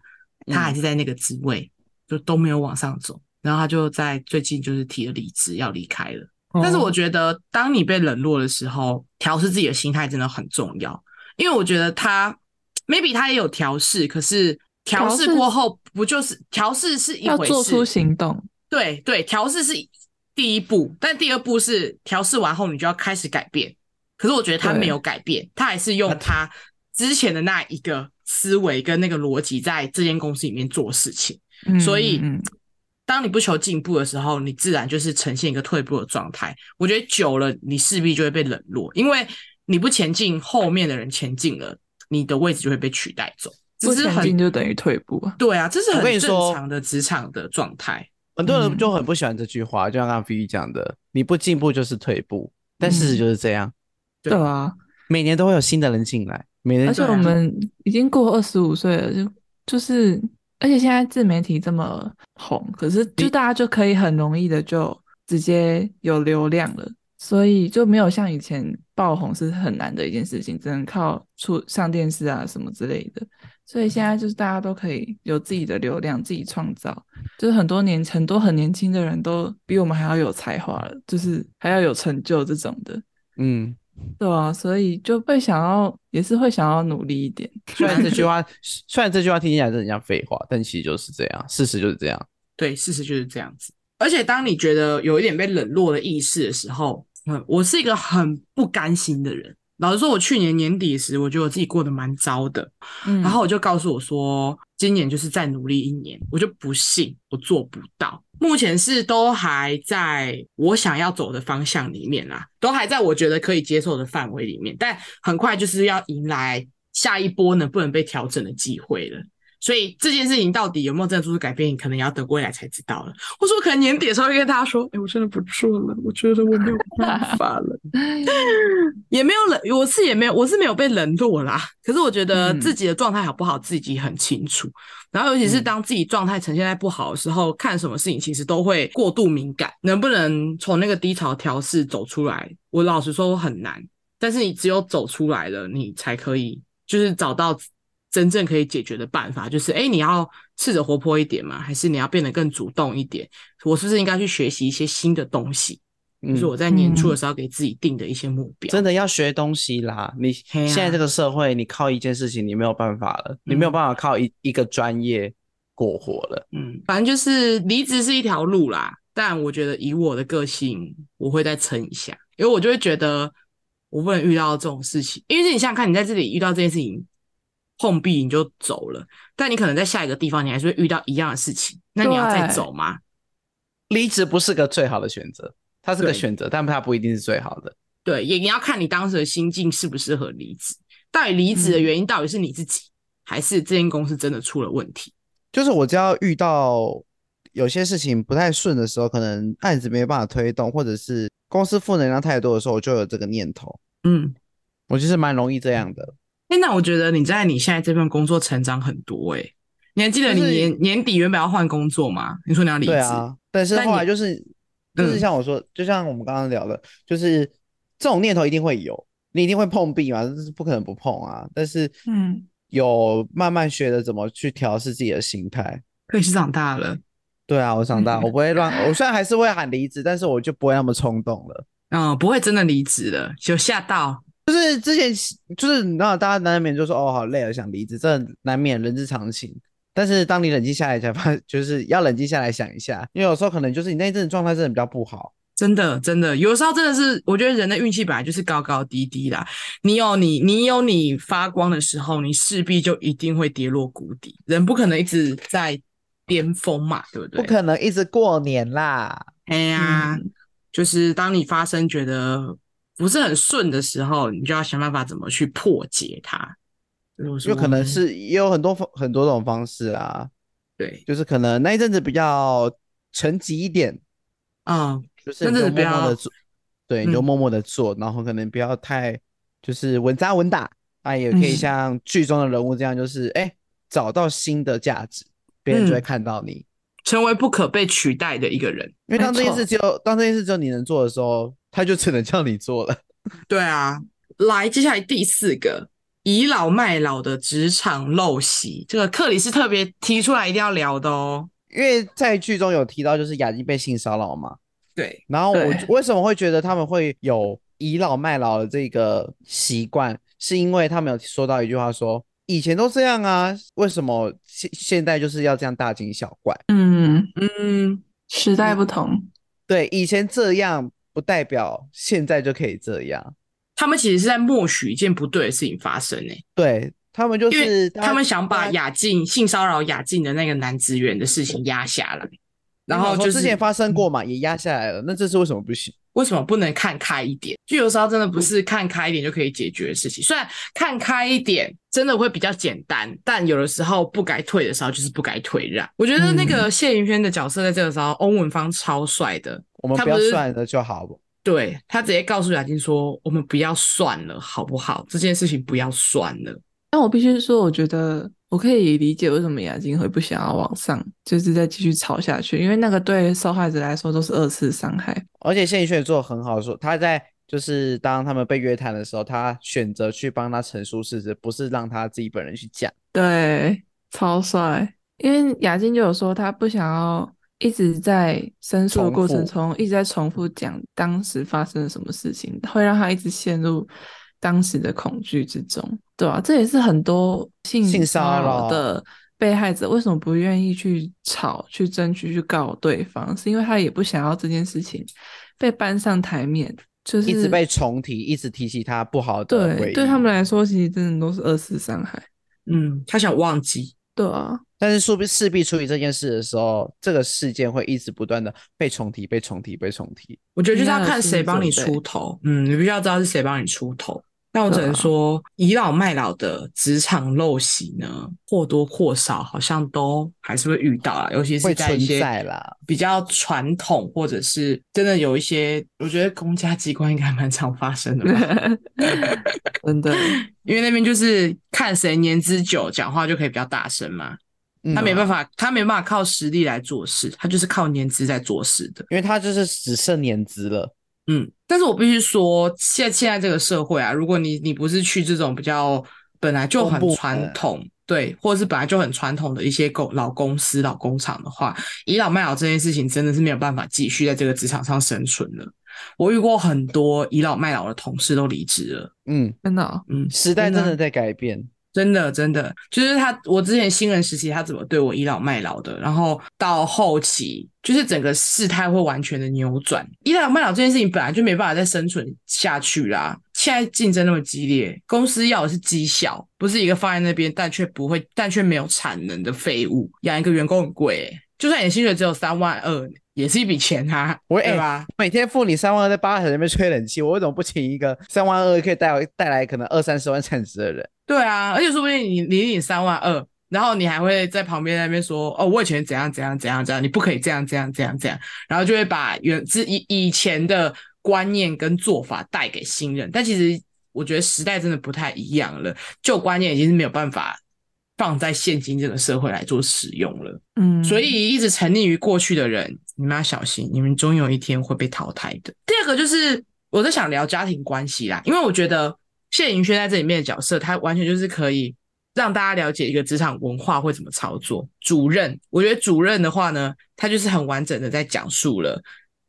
Speaker 1: 他还是在那个职位，就都没有往上走。然后他就在最近就是提了离职，要离开了。
Speaker 3: 哦
Speaker 1: 但是我觉得，当你被冷落的时候，调试自己的心态真的很重要。因为我觉得他 maybe 他也有调试，可是调
Speaker 3: 调
Speaker 1: 试
Speaker 3: 试
Speaker 1: 过后，不就是调试是一
Speaker 3: 要
Speaker 1: 回事，
Speaker 3: 做出行动。
Speaker 1: 对对，调试是第一步，但第二步是调试完后你就要开始改变。可是我觉得他
Speaker 3: 对
Speaker 1: 没有改变，他还是用他之前的那一个思维跟那个逻辑在这间公司里面做事情。
Speaker 3: 嗯
Speaker 1: 所以
Speaker 3: 嗯，
Speaker 1: 当你不求进步的时候，你自然就是呈现一个退步的状态。我觉得久了，你势必就会被冷落，因为你不前进，后面的人前进了，你的位置就会被取代走。这
Speaker 3: 不
Speaker 1: 是
Speaker 3: 前进
Speaker 1: 很
Speaker 3: 就等于退步啊。
Speaker 1: 对啊，这是
Speaker 4: 我跟
Speaker 1: 很
Speaker 4: 你
Speaker 1: 正
Speaker 4: 说
Speaker 1: 常的职场的状态。
Speaker 4: 很多人
Speaker 3: 嗯
Speaker 4: 就很不喜欢这句话，就像刚刚 V 讲的，你不进步就是退步，但事
Speaker 1: 嗯
Speaker 4: 实就是这样。
Speaker 1: 对
Speaker 3: 对啊，
Speaker 4: 每年都会有新的人进来，每年
Speaker 3: 而且
Speaker 1: 对啊
Speaker 3: 我们已经过二十五岁了，就就是，而且现在自媒体这么红，可是就大家就可以很容易的就直接有流量了，所以就没有像以前爆红是很难的一件事情，只能靠出上电视啊什么之类的。所以现在就是大家都可以有自己的流量，自己创造，就是很多年很多很年轻的人都比我们还要有才华了，就是还要有成就这种的。
Speaker 4: 嗯，
Speaker 3: 对啊，所以就会想要，也是会想要努力一点。
Speaker 4: 虽然这句话虽然这句话听起来是很像废话，但其实就是这样，事实就是这样。
Speaker 1: 对，事实就是这样子。而且当你觉得有一点被冷落的意识的时候，嗯，我是一个很不甘心的人。老实说，我去年年底时，我觉得我自己过得蛮糟的，
Speaker 3: 嗯
Speaker 1: 然后我就告诉我说，今年就是再努力一年，我就不信我做不到。目前是都还在我想要走的方向里面啦，都还在我觉得可以接受的范围里面，但很快就是要迎来下一波能不能被调整的机会了。所以这件事情到底有没有真的做出改变，你可能也要等未来才知道了。或者我可能年底的时候会跟大家说，哎、我真的不做了，我觉得我没有办法了。也没有冷，我是也没有，我是没有被冷落啦。可是我觉得
Speaker 3: 嗯
Speaker 1: 自己的状态好不好，自己很清楚。然后尤其是
Speaker 4: 嗯
Speaker 1: 当自己状态呈现在不好的时候，看什么事情其实都会过度敏感，能不能从那个低潮调试走出来？我老实说很难，但是你只有走出来了，你才可以就是找到真正可以解决的办法。就是哎，诶你要试着活泼一点嘛，还是你要变得更主动一点？我是不是应该去学习一些新的东西？
Speaker 4: 嗯
Speaker 1: 就是我在年初的时候给自己定的一些目标。
Speaker 4: 真的要学东西啦！你
Speaker 1: 嘿呀
Speaker 4: 现在这个社会，你靠一件事情你没有办法了，你没有办法靠一一个专业过活了。
Speaker 1: 嗯，反正就是离职是一条路啦，但我觉得以我的个性，我会再撑一下，因为我就会觉得我不能遇到这种事情，因为你想想看，你在这里遇到这件事情碰壁你就走了，但你可能在下一个地方你还是会遇到一样的事情，那你要再
Speaker 3: 对
Speaker 1: 走吗？
Speaker 4: 离职不是个最好的选择，它是个
Speaker 1: 对
Speaker 4: 选择，但它不一定是最好的。
Speaker 1: 对，也你要看你当时的心境适不适合离职，到底离职的
Speaker 3: 嗯
Speaker 1: 原因到底是你自己，还是这间公司真的出了问题？
Speaker 4: 就是我只要遇到
Speaker 2: 有些事情不太顺的时候，可能案子没办法推动，或者是公司负能量太多的时候，我就有这个念头。嗯
Speaker 1: 嗯，
Speaker 2: 我就是蛮容易这样的。
Speaker 1: 哎、那我觉得你在你现在这份工作成长很多哎、你还记得你
Speaker 2: 就是
Speaker 1: 年年底原本要换工作吗？你说你要离职，
Speaker 2: 对啊，但是
Speaker 1: 那
Speaker 2: 后来
Speaker 1: 你
Speaker 2: 就是，就是
Speaker 1: 嗯
Speaker 2: 像我说，就像我们刚刚聊的，就是这种念头一定会有，你一定会碰壁嘛，这是不可能不碰啊。但是，
Speaker 3: 嗯，
Speaker 2: 有慢慢学着怎么去调试自己的心态。
Speaker 1: 可以是长大了
Speaker 2: 对啊，我长大，我不会乱，我虽然还是会喊离职，但是我就不会那么冲动了。
Speaker 1: 嗯，不会真的离职了，有吓到，
Speaker 2: 就是之前就是你知道，大家难免就说哦好累了想离职，这难免人之常情。但是当你冷静下来才发，就是要冷静下来想一下，因为有时候可能就是你那一阵子状态真的比较不好。
Speaker 1: 真的真的，有时候真的是，我觉得人的运气本来就是高高低低啦。你有你你有你发光的时候，你势必就一定会跌落谷底，人不可能一直在巅峰嘛，对不对？
Speaker 2: 不可能一直过年啦。
Speaker 1: 哎呀，
Speaker 2: 嗯
Speaker 1: 就是当你发生觉得不是很顺的时候，你就要想办法怎么去破解它。
Speaker 2: 有
Speaker 1: 有
Speaker 2: 可能是也有很多方很多种方式啊，
Speaker 1: 对，
Speaker 2: 就是可能那一阵子比较沉寂一点，
Speaker 1: 嗯，
Speaker 2: 就是你
Speaker 1: 那阵子
Speaker 2: 就默
Speaker 1: 比
Speaker 2: 默
Speaker 1: 较
Speaker 2: 的做，对，你就
Speaker 1: 嗯
Speaker 2: 默默的做，然后可能不要太就是稳扎稳打啊，也可以
Speaker 1: 嗯
Speaker 2: 像剧中的人物这样，就是哎、找到新的价值，别人就会看到你。
Speaker 1: 成为不可被取代的一个人。
Speaker 2: 因为当
Speaker 3: 没
Speaker 2: 这件
Speaker 3: 错
Speaker 2: 事只有当这件事只有你能做的时候，他就只能叫你做了。
Speaker 1: 对啊，来，接下来第四个。倚老卖老的职场陋习，这个克里斯特别提出来一定要聊的哦。
Speaker 2: 因为在剧中有提到，就是雅金被性骚扰嘛，
Speaker 1: 对，
Speaker 2: 然后我
Speaker 3: 对
Speaker 2: 为什么会觉得他们会有倚老卖老的这个习惯，是因为他们有说到一句话说，以前都这样啊，为什么现现在就是要这样大惊小怪？
Speaker 3: 嗯，
Speaker 1: 嗯，
Speaker 3: 时代不同，
Speaker 2: 对，以前这样不代表现在就可以这样，
Speaker 1: 他们其实是在默许一件不对的事情发生诶、
Speaker 2: 对他们就
Speaker 1: 因为
Speaker 2: 是
Speaker 1: 他们想把
Speaker 2: 大
Speaker 1: 雅静性骚扰雅静的那个男职员的事情压下来，然后
Speaker 2: 说
Speaker 1: 就是嗯
Speaker 2: 之前发生过嘛，也压下来了，那这是为什么不行？
Speaker 1: 为什么不能看开一点？就有时候真的不是看开一点就可以解决的事情。虽然看开一点真的会比较简单，但有的时候不该退的时候就是不该退让。我觉得那个谢云轩的角色在这个时候，欧文芳超帅的，
Speaker 2: 我们
Speaker 1: 他
Speaker 2: 不要
Speaker 1: 不是
Speaker 2: 算了就好，
Speaker 1: 对他直接告诉雅静说：“我们不要算了，好不好？这件事情不要算了。
Speaker 3: 但我必须说，我觉得我可以理解为什么雅金会不想要往上，就是再继续吵下去，因为那个对受害者来说都是二次伤害。
Speaker 2: 而且谢宇轩也做的很好说他在就是当他们被约谈的时候，他选择去帮他陈述事实，不是让他自己本人去讲。
Speaker 3: 对，超帅。因为雅金就有说，他不想要一直在申诉的过程中一直在重复讲当时发生了什么事情，会让他一直陷入当时的恐惧之中。对啊，这也是很多性
Speaker 2: 性
Speaker 3: 骚
Speaker 2: 骚
Speaker 3: 扰
Speaker 2: 扰
Speaker 3: 的被害者为什么不愿意去吵、去争取、去告对方，是因为他也不想要这件事情被搬上台面，就是
Speaker 2: 一直被重提，一直提起他不好的回
Speaker 3: 对
Speaker 2: 忆。
Speaker 3: 对他们，来说，其实真的都是二次伤害。”
Speaker 1: 嗯，他想忘记。
Speaker 3: 对啊，
Speaker 2: 但是势必势必处理这件事的时候，这个事件会一直不断的被重提、被重提、被重提。
Speaker 1: 我觉得就是要
Speaker 3: 你要有
Speaker 1: 看
Speaker 3: 心
Speaker 1: 谁
Speaker 3: 理
Speaker 1: 帮
Speaker 3: 准
Speaker 1: 你
Speaker 3: 备
Speaker 1: 出头，嗯，你必须要知道是谁帮你出头。那我只
Speaker 3: 对
Speaker 1: 能
Speaker 3: 啊
Speaker 1: 说，倚老卖老的职场陋习呢，或多或少好像都还是会遇到啦，尤其是
Speaker 2: 会
Speaker 1: 在一
Speaker 2: 存
Speaker 1: 些
Speaker 2: 在啦
Speaker 1: 比较传统，或者是真的有一些，我觉得公家机关应该蛮常发生的 吧，
Speaker 3: 真的，
Speaker 1: 因为那边就是看谁年资久，讲话就可以比较大声嘛。
Speaker 2: 嗯
Speaker 1: 他没
Speaker 3: 啊
Speaker 1: 办
Speaker 2: 法，
Speaker 1: 法，他没办法靠实力来做事，他就是靠年资在做事的。
Speaker 2: 因为他就是只剩年资了。
Speaker 1: 嗯，但是我必须说，现现在这个社会啊，如果你你不是去这种比较本来就很
Speaker 2: 公部
Speaker 1: 传
Speaker 2: 门
Speaker 1: 统，对，或者是本来就很传统的一些公老公司、老工厂的话，倚老卖老这件事情真的是没有办法继续在这个职场上生存了。我遇过很多倚老卖老的同事都离职了，
Speaker 2: 嗯，
Speaker 3: 真的哦、
Speaker 1: 嗯，
Speaker 2: 时代
Speaker 1: 真的
Speaker 2: 真的在改变。
Speaker 1: 真的，真的，就是他，我之前新人时期他怎么对我倚老卖老的，然后到后期就是整个事态会完全的扭转。倚老卖老这件事情本来就没办法再生存下去啦，现在竞争那么激烈，公司要的是绩效，不是一个放在那边但却不会但却没有产能的废物。养一个员工很贵欸、就算你薪水只有三万二，也是一笔钱啊，
Speaker 2: 我
Speaker 1: 对
Speaker 2: 哎
Speaker 1: 吧？
Speaker 2: 每天付你三万二在八小时那边吹冷气，我为什么不请一个三万二可以带来带来可能二三十万产值的人？
Speaker 1: 对啊，而且说不定你你领三万二，然后你还会在旁边那边说哦，我以前怎样怎样怎样怎样，你不可以这样这样这样这样，然后就会把原之以以前的观念跟做法带给新人。但其实我觉得时代真的不太一样了，旧观念已经是没有办法放在现今这个社会来做使用了。
Speaker 3: 嗯，
Speaker 1: 所以一直沉溺于过去的人，你们要小心，你们终有一天会被淘汰的。第二个就是我在想聊家庭关系啦，因为我觉得谢盈萱在这里面的角色，她完全就是可以让大家了解一个职场文化会怎么操作。主任，我觉得主任的话呢，他就是很完整的在讲述了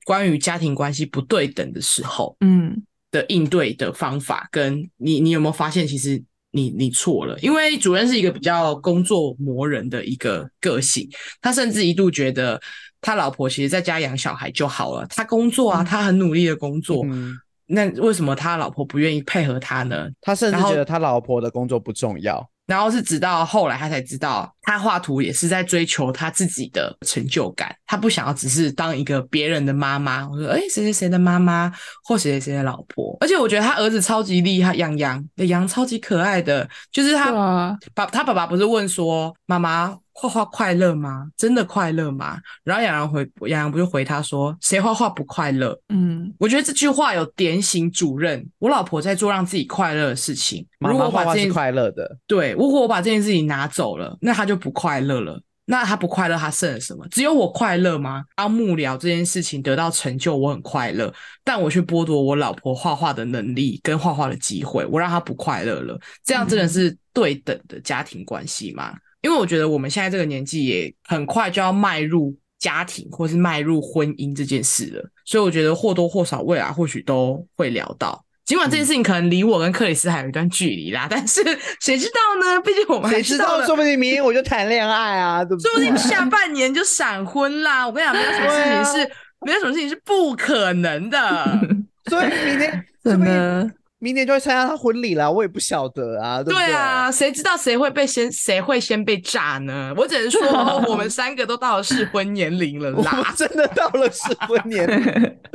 Speaker 1: 关于家庭关系不对等的时候
Speaker 3: 嗯
Speaker 1: 的应对的方法，跟你你有没有发现其实。你你错了，因为主任是一个比较工作磨人的一个个性，他甚至一度觉得他老婆其实在家养小孩就好了，他工作啊，
Speaker 3: 嗯
Speaker 1: 他很努力的工作，
Speaker 2: 嗯
Speaker 1: 那为什么他老婆不愿意配合他呢？
Speaker 2: 他甚至
Speaker 1: 然后
Speaker 2: 觉得他老婆的工作不重要。
Speaker 1: 然后是直到后来他才知道，他画图也是在追求他自己的成就感，他不想要只是当一个别人的妈妈，我说哎谁谁谁的妈妈或谁谁谁的老婆，而且我觉得他儿子超级厉害，杨洋杨超级可爱的，就是他
Speaker 3: 对啊
Speaker 1: 爸他爸爸不是问说妈妈画画快乐吗？真的快乐吗？然后杨洋回杨洋不就回他说谁画画不快乐？
Speaker 3: 嗯
Speaker 1: 我觉得这句话有点醒主任，我老婆在做让自己快乐的事情，
Speaker 2: 妈
Speaker 1: 如果
Speaker 2: 妈
Speaker 1: 我
Speaker 2: 画
Speaker 1: 把
Speaker 2: 画
Speaker 1: 这
Speaker 2: 是
Speaker 1: 件
Speaker 2: 快乐的，
Speaker 1: 对，如果我把这件事情拿走了，那他就不快乐了。那他不快乐，他剩了什么？只有我快乐吗？当幕僚这件事情得到成就，我很快乐，但我却剥夺我老婆画画的能力跟画画的机会，我让她不快乐了。这样真的是对等的家庭关系吗？因为我觉得我们现在这个年纪也很快就要迈入家庭或是迈入婚姻这件事了，所以我觉得或多或少未来或许都会聊到。尽管这件事情可能离我跟克里斯还有一段距离啦，但是谁知道 呢？毕竟我们还
Speaker 2: 嗯谁
Speaker 1: 是
Speaker 2: 知
Speaker 1: 到
Speaker 2: 道？
Speaker 1: 了
Speaker 2: 说不定明天我就谈恋爱啊，对不
Speaker 1: 说不
Speaker 2: 对
Speaker 1: 定？下半年就闪婚啦！我跟你讲，没有什么事 情是、
Speaker 2: 啊
Speaker 1: 没有什么事情是不可能的。
Speaker 2: 所以明 天，说
Speaker 3: 真
Speaker 2: 不定
Speaker 3: 的
Speaker 2: 明年就会参加他婚礼啦，我也不晓得啊， 对不
Speaker 1: 对
Speaker 2: 对
Speaker 1: 啊，谁知道谁会被先谁会先被炸呢？我只能 说，哦我们三个都到了适婚年龄了
Speaker 2: 我
Speaker 1: 啦
Speaker 2: 们。 真的到了适婚 年龄，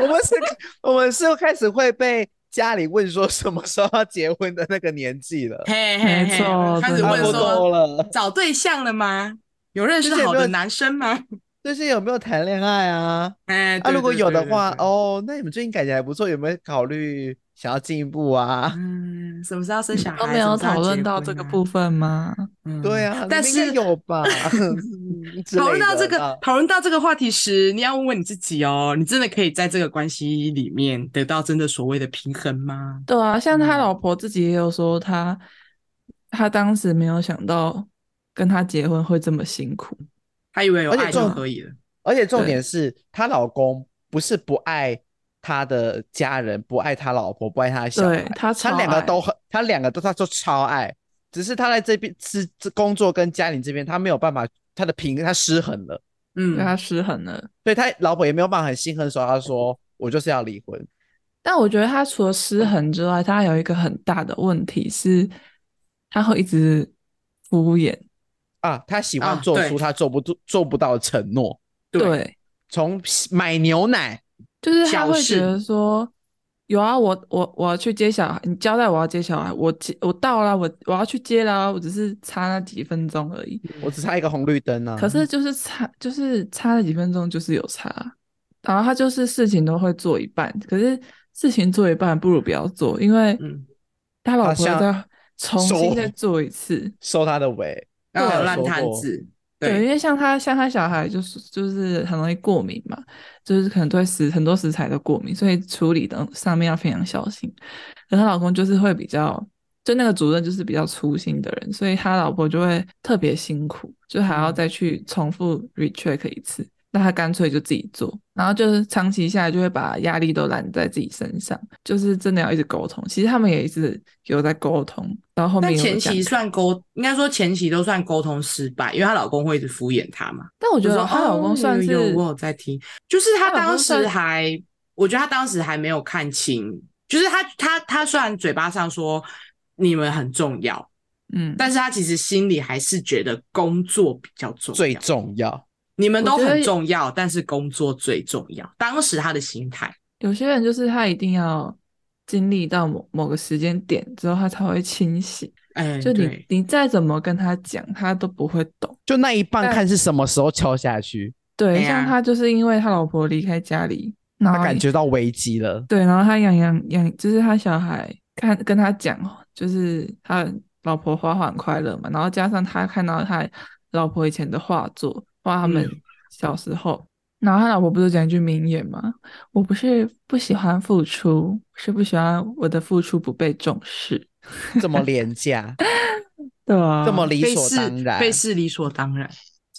Speaker 2: 我们是，我们是开始会被家里问说什么时候要结婚的那个年纪了，
Speaker 1: 嘿嘿
Speaker 3: 没
Speaker 1: 嘿
Speaker 3: 错，
Speaker 1: 开始
Speaker 3: 真
Speaker 2: 差
Speaker 3: 的
Speaker 1: 问
Speaker 2: 不多
Speaker 1: 说
Speaker 2: 了。
Speaker 1: 找对象了吗？有认识好的男生吗？
Speaker 2: 最近有没有谈恋爱啊？
Speaker 1: 哎，
Speaker 2: 啊，
Speaker 1: 对
Speaker 2: 如果有的话，，
Speaker 1: 对对对对
Speaker 2: 哦，那你们最近感情还不错，有没有考虑想要进一步啊？
Speaker 1: 嗯，什么时候生小孩？
Speaker 3: 都没有讨论到
Speaker 1: 啊
Speaker 3: 这个部
Speaker 1: 分，
Speaker 3: 分吗？
Speaker 1: 嗯
Speaker 2: 对 啊，
Speaker 1: 但
Speaker 2: 你们应
Speaker 1: 是
Speaker 2: 该有吧？ 嗯之
Speaker 1: 讨论
Speaker 2: 类
Speaker 1: 到
Speaker 2: 的
Speaker 1: 这个
Speaker 2: 啊
Speaker 1: 讨论到这个话题时，你要问问你自己哦，你真的可以在这个关系里面得到真的所谓的平衡吗？
Speaker 3: 对啊，像他
Speaker 1: 嗯
Speaker 3: 老婆自己也有说他，他当时没有想到跟他结婚会这么辛苦。
Speaker 1: 他以为有
Speaker 2: 而且
Speaker 1: 爱就
Speaker 2: 重
Speaker 1: 可以了，
Speaker 2: 而且重
Speaker 3: 对
Speaker 2: 点是，她老公不是不爱她的家人，不爱她老婆，不爱她的小
Speaker 3: 对
Speaker 2: 孩，
Speaker 3: 他超
Speaker 2: 他两个
Speaker 3: 爱
Speaker 2: 都很，他两个都他都超爱，只是他在这边是这工作跟家庭这边，他没有办法，他的平他失衡了，
Speaker 1: 嗯
Speaker 3: 对，啊他失衡了。
Speaker 2: 所以他老婆也没有办法很心狠手辣地
Speaker 3: 嗯
Speaker 2: 说，我就是要离婚。
Speaker 3: 但我觉得他除了失衡之外，他有一个很大的问题是，他会一直敷衍。
Speaker 2: 啊，他喜
Speaker 1: 啊
Speaker 2: 欢做
Speaker 1: 对
Speaker 2: 出他做不做做不到的承诺，
Speaker 1: 对
Speaker 3: 对，
Speaker 2: 从买牛奶
Speaker 3: 就是他
Speaker 1: 小
Speaker 3: 会觉
Speaker 1: 事
Speaker 3: 得说，有啊，我我我要去接小孩，你交代我要接小孩，我接我到了，我我要去接啦，我只是差那几分钟而已。
Speaker 2: 我只差一个红绿灯啊。
Speaker 3: 可是就是差，就是差了几分钟，就是有差。然后他就是事情都会做一半，可是事情做一半不如不要做，因为
Speaker 1: 嗯
Speaker 3: 他老
Speaker 2: 他
Speaker 3: 婆
Speaker 2: 像
Speaker 3: 再重新
Speaker 2: 手
Speaker 3: 再做一次。
Speaker 2: 收他的尾，
Speaker 1: 然后还有烂
Speaker 2: 说
Speaker 1: 摊
Speaker 2: 过
Speaker 1: 子，
Speaker 3: 对，
Speaker 1: 对嗯
Speaker 3: 因为像他像他小孩就是就是很容易过敏嘛，就是可能对食很多食材都过敏，所以处理的上面要非常小心。可她老公就是会比较，就那个主任就是比较粗心的人，所以他老婆就会特别辛苦，就还要
Speaker 1: 嗯
Speaker 3: 再去重复 recheck 一次。那他干脆就自己做，然后就是长期下来就会把压力都揽在自己身上，就是真的要一直沟通。其实他们也一直有在沟通，然后后面
Speaker 1: 但
Speaker 3: 也有
Speaker 1: 前
Speaker 3: 讲
Speaker 1: 期
Speaker 3: 开
Speaker 1: 算沟，应该说前期都算沟通失败，因为她老公会一直敷衍她嘛。
Speaker 3: 但我觉
Speaker 1: 就
Speaker 3: 得
Speaker 1: 说
Speaker 3: 她老
Speaker 1: 哦
Speaker 3: 公算是
Speaker 1: 有有有我有在听，就是她
Speaker 3: 她老公
Speaker 1: 当时
Speaker 3: 算
Speaker 1: 还，我觉得她当时还没有看清，就是她她她虽然嘴巴上说你们很重要，
Speaker 3: 嗯，
Speaker 1: 但是她其实心里还是觉得工作比较重要，
Speaker 2: 最重要。
Speaker 1: 你们都
Speaker 3: 我觉
Speaker 1: 很
Speaker 3: 得
Speaker 1: 重要，但是工作最重要。当时她的心态，
Speaker 3: 有些人就是他一定要经历到某某个时间点之后，他才会清醒。
Speaker 1: 哎，
Speaker 3: 就你
Speaker 1: 对
Speaker 3: 你再怎么跟他讲，他都不会懂。
Speaker 4: 就那一半
Speaker 3: 但
Speaker 4: 看是什么时候敲下去，
Speaker 1: 哎
Speaker 3: 对，
Speaker 1: 呀
Speaker 3: 像他就是因为他老婆离开家里，然后
Speaker 4: 他感觉到危机 了。
Speaker 3: 对，然后他养养养，就是他小孩看跟他讲，哦就是他老婆花花很快乐嘛，然后加上他看到他老婆以前的画作，画他们
Speaker 1: 嗯
Speaker 3: 小时候，然后他老婆不是讲一句名言吗？我不是不喜欢付出，是不喜欢我的付出不被重视。
Speaker 2: 这么廉价，
Speaker 3: 对啊，
Speaker 2: 这么理
Speaker 1: 被
Speaker 2: 所
Speaker 1: 视
Speaker 2: 当然。
Speaker 1: 被视理所当然，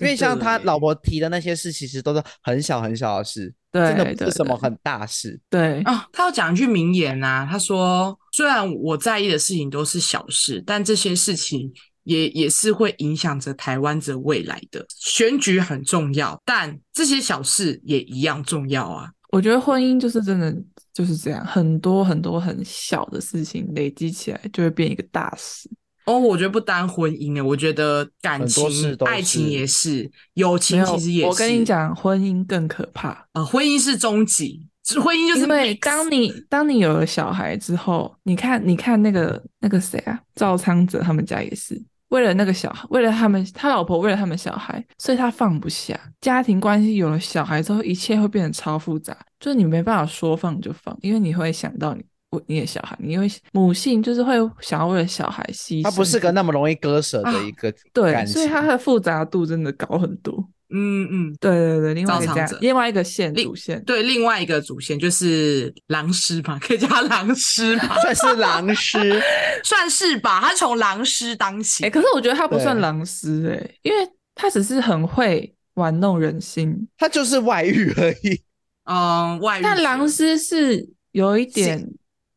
Speaker 2: 因为像他
Speaker 1: 对
Speaker 2: 老婆提的那些事，其实都是很小很小的事，
Speaker 3: 对
Speaker 2: 真的不
Speaker 3: 对
Speaker 2: 是什么
Speaker 3: 对
Speaker 2: 很大事。
Speaker 3: 对
Speaker 1: 啊，他要讲一句名言呐、他说：“虽然我在意的事情都是小事，但这些事情也也是会影响着台湾的未来的。选举很重要，但这些小事也一样重要啊。
Speaker 3: 我觉得婚姻就是真的就是这样，很多很多很小的事情累积起来就会变一个大事。”
Speaker 1: 哦，我觉得不单婚姻欸呢，我觉得感
Speaker 2: 很多
Speaker 1: 情
Speaker 2: 事、都
Speaker 1: 爱情
Speaker 2: 是
Speaker 1: 也是，友
Speaker 3: 没
Speaker 1: 情
Speaker 3: 有，
Speaker 1: 其实也是。
Speaker 3: 我跟你，讲，婚姻更可怕，
Speaker 1: 啊、婚姻是终极，只婚姻就是
Speaker 3: 因为
Speaker 1: mix
Speaker 3: 当你当你有了小孩之后，你看，你看那个那个谁啊，赵昌泽他们家也是。为了那个小孩，为了他们，他老婆为了他们小孩，所以他放不下。家庭关系有了小孩之后，一切会变得超复杂，就是你没办法说放就放，因为你会想到你我你的小孩，你会母性就是会想要为了小孩牺牲。
Speaker 2: 他不是个那么容易割舍
Speaker 1: 啊
Speaker 2: 的一个
Speaker 3: 对，
Speaker 2: 感
Speaker 3: 所以
Speaker 2: 情。
Speaker 3: 它的复杂度真的高很多。
Speaker 1: 嗯嗯，
Speaker 3: 对对对，另外
Speaker 1: 赵
Speaker 3: 一个
Speaker 1: 昌
Speaker 3: 家
Speaker 1: 泽，
Speaker 3: 另外一个线
Speaker 1: 另
Speaker 3: 主线，
Speaker 1: 对，另外一个主线就是狼师嘛，可以叫他狼师嘛。
Speaker 2: 算是狼师，
Speaker 1: 算是吧，他从狼师当起。
Speaker 3: 哎、可是我觉得他不算
Speaker 2: 对
Speaker 3: 狼师哎、因为他只是很会玩弄人心。
Speaker 2: 他就是外遇而已。
Speaker 1: 嗯，外遇
Speaker 3: 但狼师是有一点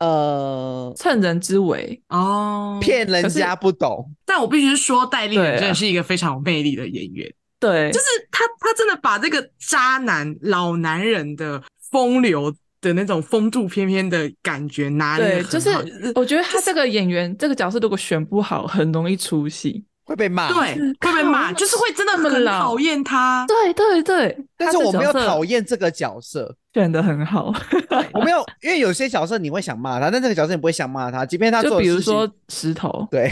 Speaker 2: 呃，
Speaker 3: 趁人之危，
Speaker 1: 哦，
Speaker 2: 骗人
Speaker 3: 嗯可是
Speaker 2: 家不懂，
Speaker 1: 但我必须说，戴立
Speaker 3: 对
Speaker 1: 忍
Speaker 3: 啊
Speaker 1: 真的是一个非常有魅力的演员，
Speaker 3: 对，
Speaker 1: 就是他，他真的把这个渣男老男人的风流的那种风度翩翩的感觉拿捏
Speaker 3: 对，
Speaker 1: 得
Speaker 3: 就
Speaker 1: 很
Speaker 3: 是
Speaker 1: 好
Speaker 3: 我觉得他这个演员这个角色如果选不好，很容易出戏。
Speaker 2: 会被骂。
Speaker 1: 对会被
Speaker 3: 靠
Speaker 1: 骂，就是会真的
Speaker 3: 那么
Speaker 1: 很
Speaker 3: 老
Speaker 1: 讨厌他。
Speaker 3: 对对对，
Speaker 2: 但是我没有讨
Speaker 3: 厌，
Speaker 2: 厌这个角色，
Speaker 3: 选的很好，
Speaker 2: 我没有，
Speaker 3: 啊
Speaker 2: 因为有些角色你会想骂他，但这个角色你不会想骂他，即便他做
Speaker 3: 就
Speaker 2: 的
Speaker 3: 比如
Speaker 2: 事情
Speaker 3: 说石头，
Speaker 2: 对，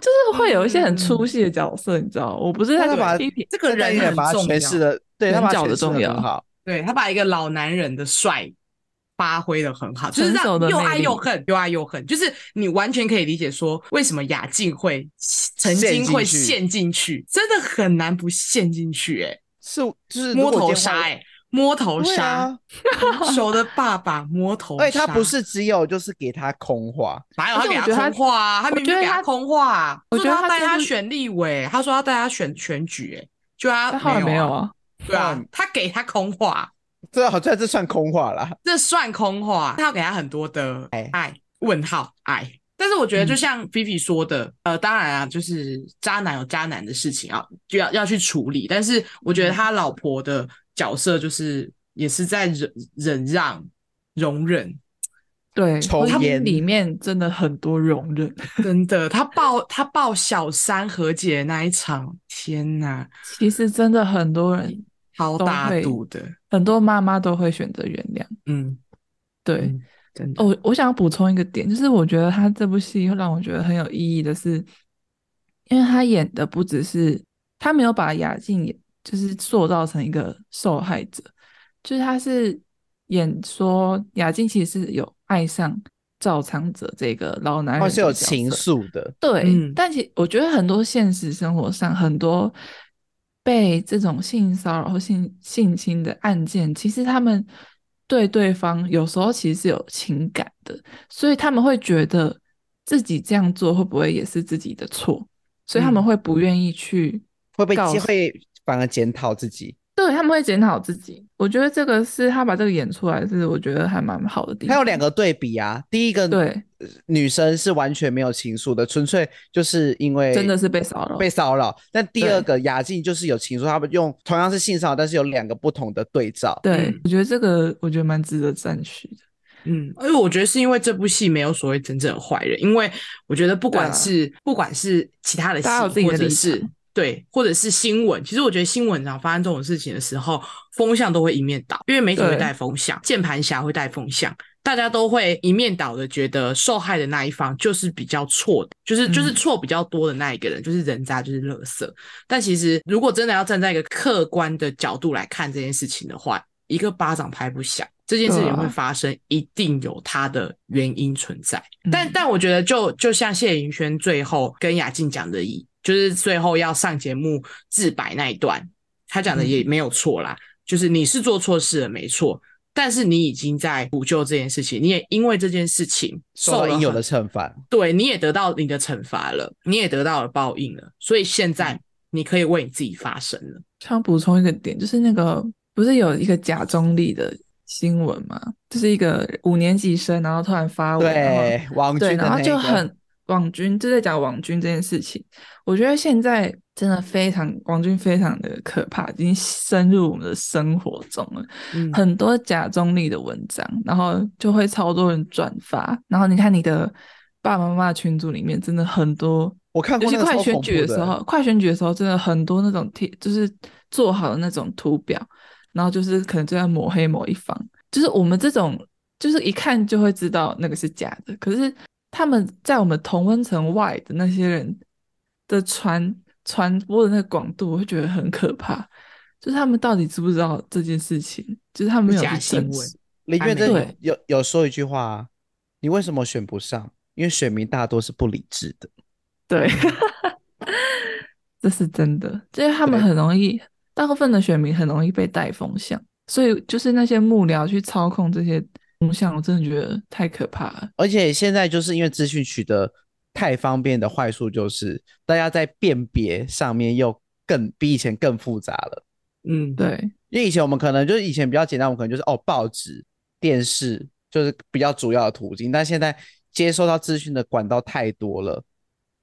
Speaker 3: 就是会有一些很出
Speaker 1: 嗯
Speaker 3: 戏的角色，你知道，我不是
Speaker 2: 但
Speaker 3: 在
Speaker 2: 他把
Speaker 3: 批评
Speaker 1: 这个
Speaker 2: 但
Speaker 1: 人
Speaker 2: 也
Speaker 1: 很
Speaker 2: 把他
Speaker 1: 重
Speaker 2: 诠
Speaker 1: 要
Speaker 2: 释，的，对他
Speaker 3: 人
Speaker 2: 把
Speaker 3: 角
Speaker 2: 他
Speaker 3: 的
Speaker 2: 诠释
Speaker 3: 重
Speaker 2: 的
Speaker 3: 要
Speaker 2: 很好。
Speaker 1: 对他把一个老男人的帅发挥的很好，就是
Speaker 3: 成熟
Speaker 1: 让
Speaker 3: 的
Speaker 1: 又
Speaker 3: 魅
Speaker 1: 爱
Speaker 3: 力
Speaker 1: 又恨，又爱又恨，就是你完全可以理解说为什么雅静会曾
Speaker 2: 陷
Speaker 1: 经
Speaker 2: 进
Speaker 1: 会
Speaker 2: 去
Speaker 1: 陷进去，真的很难不陷进去、欸，
Speaker 2: 是就是如
Speaker 1: 摸
Speaker 2: 果
Speaker 1: 头
Speaker 2: 今天
Speaker 1: 杀、
Speaker 2: 换
Speaker 1: 欸，摸头
Speaker 2: 对
Speaker 1: 杀
Speaker 2: 啊，
Speaker 1: 手的爸爸摸 头
Speaker 3: 哎
Speaker 1: 杀，
Speaker 2: 而且他不是只有就是给他空话，
Speaker 1: 哪有
Speaker 3: 而
Speaker 1: 他
Speaker 3: 且
Speaker 1: 给
Speaker 3: 我
Speaker 1: 他
Speaker 3: 觉得他
Speaker 1: 空话啊？他
Speaker 3: 我
Speaker 1: 明
Speaker 3: 觉
Speaker 1: 明
Speaker 3: 得
Speaker 1: 给
Speaker 3: 他
Speaker 1: 他空话、啊，
Speaker 3: 我觉得
Speaker 1: 说
Speaker 3: 他
Speaker 1: 他带
Speaker 3: 真
Speaker 1: 他
Speaker 3: 的
Speaker 1: 选立委，他说要带他选选举、欸，就
Speaker 3: 但
Speaker 1: 他
Speaker 3: 后来没有
Speaker 1: 啊，
Speaker 3: 啊，
Speaker 1: 对啊，他给他空话，
Speaker 2: 这好像这算空话啦。
Speaker 1: 这算空话，他要给他很多的爱问号爱。但是我觉得，就
Speaker 3: 哎嗯
Speaker 1: 像菲菲说的，呃，当然啊，就是渣男有渣男的事情啊，就要要去处理。但是我
Speaker 3: 嗯
Speaker 1: 觉得他老婆的角色就是也是在忍忍让、容忍，
Speaker 3: 对，
Speaker 2: 抽
Speaker 3: 他们
Speaker 2: 烟
Speaker 3: 里面真的很多容忍，
Speaker 1: 真的，他抱他抱小三和解的那一场，天哪，
Speaker 3: 其实真的很多人，
Speaker 1: 超
Speaker 3: 都
Speaker 1: 大
Speaker 3: 会
Speaker 1: 度的，
Speaker 3: 很多妈妈都会选择原谅。
Speaker 1: 嗯，
Speaker 3: 对，
Speaker 1: 嗯真的，
Speaker 3: 哦我我想要补充一个点，就是我觉得他这部戏让我觉得很有意义的是，因为他演的不只是他没有把雅静演，就是塑造成一个受害者，就是他是演说雅静其实是有爱上赵昌泽这个老男
Speaker 2: 或
Speaker 3: 人，
Speaker 2: 是有情。愫的，
Speaker 3: 对，
Speaker 1: 嗯
Speaker 3: 但其我觉得很多现实生活上很多被这种性骚扰或性性侵的案件，其实他们对对方有时候其实是有情感的，所以他们会觉得自己这样做会不会也是自己的错，所以他们
Speaker 1: 嗯
Speaker 3: 会不愿意去
Speaker 2: 会被
Speaker 3: 告诉
Speaker 2: 会反而检讨自己。
Speaker 3: 对，他们会检讨自己。我觉得这个是他把这个演出来，是我觉得还蛮好的地
Speaker 2: 还
Speaker 3: 方。
Speaker 2: 有两个对比啊，第一个
Speaker 3: 对，
Speaker 2: 呃女生是完全没有情愫的，纯粹就是因为
Speaker 3: 真的是被骚扰
Speaker 2: 被骚扰。但第
Speaker 3: 对
Speaker 2: 二个雅静就是有情愫，他们用同样是性骚扰，但是有两个不同的对照。
Speaker 3: 对，
Speaker 1: 嗯
Speaker 3: 我觉得这个我觉得蛮值得赞许的。
Speaker 1: 嗯，因为我觉得是因为这部戏没有所谓真正的坏人，因为我觉得不管
Speaker 3: 对啊
Speaker 1: 是、不管是其他的戏
Speaker 3: 大家有自己的
Speaker 1: 或者
Speaker 3: 立
Speaker 1: 是
Speaker 3: 场
Speaker 1: 对，或者是新闻，其实我觉得新闻啊上发生这种事情的时候，风向都会一面倒，因为媒体会
Speaker 3: 对
Speaker 1: 带风向，键盘侠会带风向，大家都会一面倒的觉得受害的那一方就是比较错的，就是就是
Speaker 3: 嗯
Speaker 1: 错比较多的那一个人，就是人渣，就是垃圾。但其实如果真的要站在一个客观的角度来看这件事情的话，一个巴掌拍不响，这件事情
Speaker 3: 对
Speaker 1: 会
Speaker 3: 啊
Speaker 1: 发生，一定有它的原因存在。但
Speaker 3: 嗯
Speaker 1: 但我觉得就，就像谢盈萱最后跟雅静讲的一，就是最后要上节目自白那一段，她讲的也没有错啦，就是你是做错事了，没错，但是你已经在补救这件事情，你也因为这件事情
Speaker 2: 受
Speaker 1: 了
Speaker 2: 到应有
Speaker 1: 很
Speaker 2: 的惩罚。
Speaker 1: 对，你也得到你的惩罚了，你也得到了报应了，所以现
Speaker 3: 嗯
Speaker 1: 在你可以为你自己发声了。
Speaker 3: 想补充一个点，就是那个不是有一个假中立的新闻吗？就是一个五年级生，然后突然发文，啊然后
Speaker 2: 对，王
Speaker 3: 对，
Speaker 2: 军的
Speaker 3: 然后
Speaker 2: 那
Speaker 3: 就
Speaker 2: 个
Speaker 3: 很网军，就在讲网军这件事情。我觉得现在真的非常网军非常的可怕，已经深入我们的生活中了。
Speaker 1: 嗯
Speaker 3: 很多假中立的文章，然后就会超多人转发。然后你看你的爸爸妈妈群组里面，真的很多
Speaker 2: 我看过
Speaker 3: 尤其
Speaker 2: 那个
Speaker 3: 快
Speaker 2: 超
Speaker 3: 选
Speaker 2: 恐
Speaker 3: 举
Speaker 2: 怖欸
Speaker 3: 的时候，快选举的时候，真的很多那种贴，就是做好的那种图表，然后就是可能就在抹黑某一方。就是我们这种，就是一看就会知道那个是假的。可是他们在我们同温层外的那些人的传传播的那个广度，我会觉得很可怕。就是他们到底知不知道这件事情？就是他们没有
Speaker 1: 假
Speaker 3: 去
Speaker 1: 新
Speaker 3: 证
Speaker 1: 闻
Speaker 3: 实。
Speaker 2: 林
Speaker 1: 还
Speaker 2: 月
Speaker 1: 没
Speaker 2: 珍
Speaker 3: 对
Speaker 2: 有有说一句话、啊，你为什么选不上？因为选民大多是不理智的。
Speaker 3: 对，这是真的，就是他们
Speaker 2: 对
Speaker 3: 很容易，大部分的选民很容易被带风向，所以就是那些幕僚去操控这些风向，我真的觉得太可怕了。
Speaker 2: 而且现在就是因为资讯取得太方便的坏处，就是大家在辨别上面又更比以前更复杂了。
Speaker 1: 嗯，
Speaker 3: 对，
Speaker 2: 因为以前我们可能就是以前比较简单，我们可能就是哦报纸、电视就是比较主要的途径，但现在接收到资讯的管道太多了，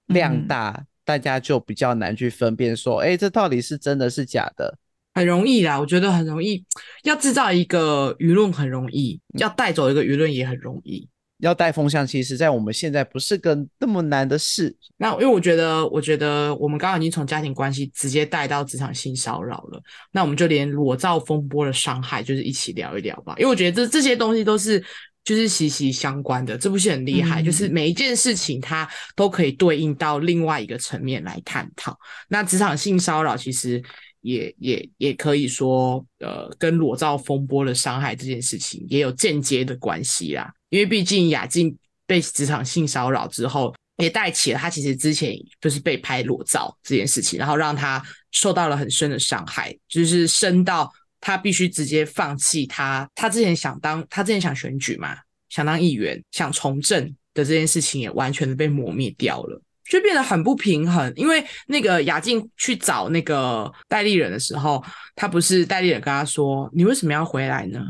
Speaker 2: 量
Speaker 3: 嗯
Speaker 2: 大，大家就比较难去分辨说，哎，这到底是真的是假的？
Speaker 1: 很容易啦，我觉得很容易，要制造一个舆论很容易，
Speaker 3: 嗯
Speaker 1: 要带走一个舆论也很容易。
Speaker 2: 要带风向，其实在我们现在不是个那么难的事。
Speaker 1: 那因为我觉得，我觉得我们刚刚已经从家庭关系直接带到职场性骚扰了，那我们就连裸照风波的伤害，就是一起聊一聊吧。因为我觉得这这些东西都是就是息息相关的，这部戏很厉害，
Speaker 3: 嗯
Speaker 1: 就是每一件事情它都可以对应到另外一个层面来探讨。那职场性骚扰其实也也也可以说，呃，跟裸照风波的伤害这件事情也有间接的关系啦。因为毕竟雅静被职场性骚扰之后，也带起了她其实之前就是被拍裸照这件事情，然后让她受到了很深的伤害，就是深到她必须直接放弃她她之前想当她之前想选举嘛，想当议员、想从政的这件事情也完全的被磨灭掉了。就变得很不平衡，因为那个雅静去找那个代理人的时候，他不是代理人跟他说：“你为什么要回来呢？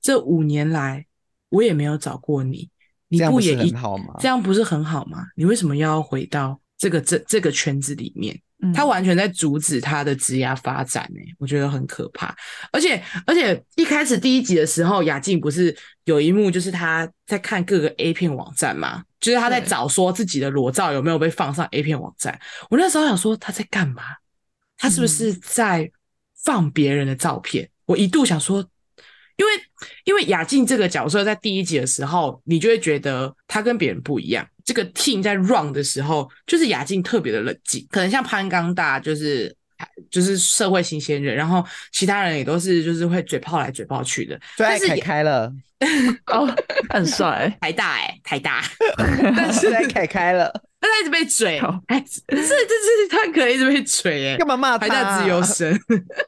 Speaker 1: 这五年来我也没有找过你，你
Speaker 2: 这样不
Speaker 1: 也
Speaker 2: 是
Speaker 1: 一
Speaker 2: 很好吗
Speaker 1: 这样不是很好吗？你为什么要回到这个这这个圈子里面？
Speaker 3: 嗯
Speaker 1: 他完全在阻止他的职涯发展、欸，我觉得很可怕。而且而且一开始第一集的时候，雅静不是有一幕就是她在看各个 A 片网站嘛，就是她在
Speaker 3: 对
Speaker 1: 找说自己的裸照有没有被放上 A 片网站。我那时候想说她在干嘛？她是不是在放别人的照片？我一度想说。因为因为雅静这个角色在第一集的时候，你就会觉得她跟别人不一样。这个 team 在 run 的时候，就是雅静特别的冷静，可能像潘刚大就是啊就是社会新鲜人，然后其他人也都是就是会嘴炮来嘴炮去的。
Speaker 2: 最
Speaker 1: 但
Speaker 2: 爱
Speaker 1: 是
Speaker 2: 凯
Speaker 1: 也，
Speaker 2: 开了，
Speaker 3: 哦，很帅
Speaker 1: 台大哎、台大，
Speaker 2: 但是爱凯开了，
Speaker 1: 但他一直被嘴
Speaker 3: 好，
Speaker 1: 哎，这这这他可能一直被嘴哎、
Speaker 2: 干嘛骂他、
Speaker 1: 台
Speaker 2: 啊？
Speaker 1: 大自由 神。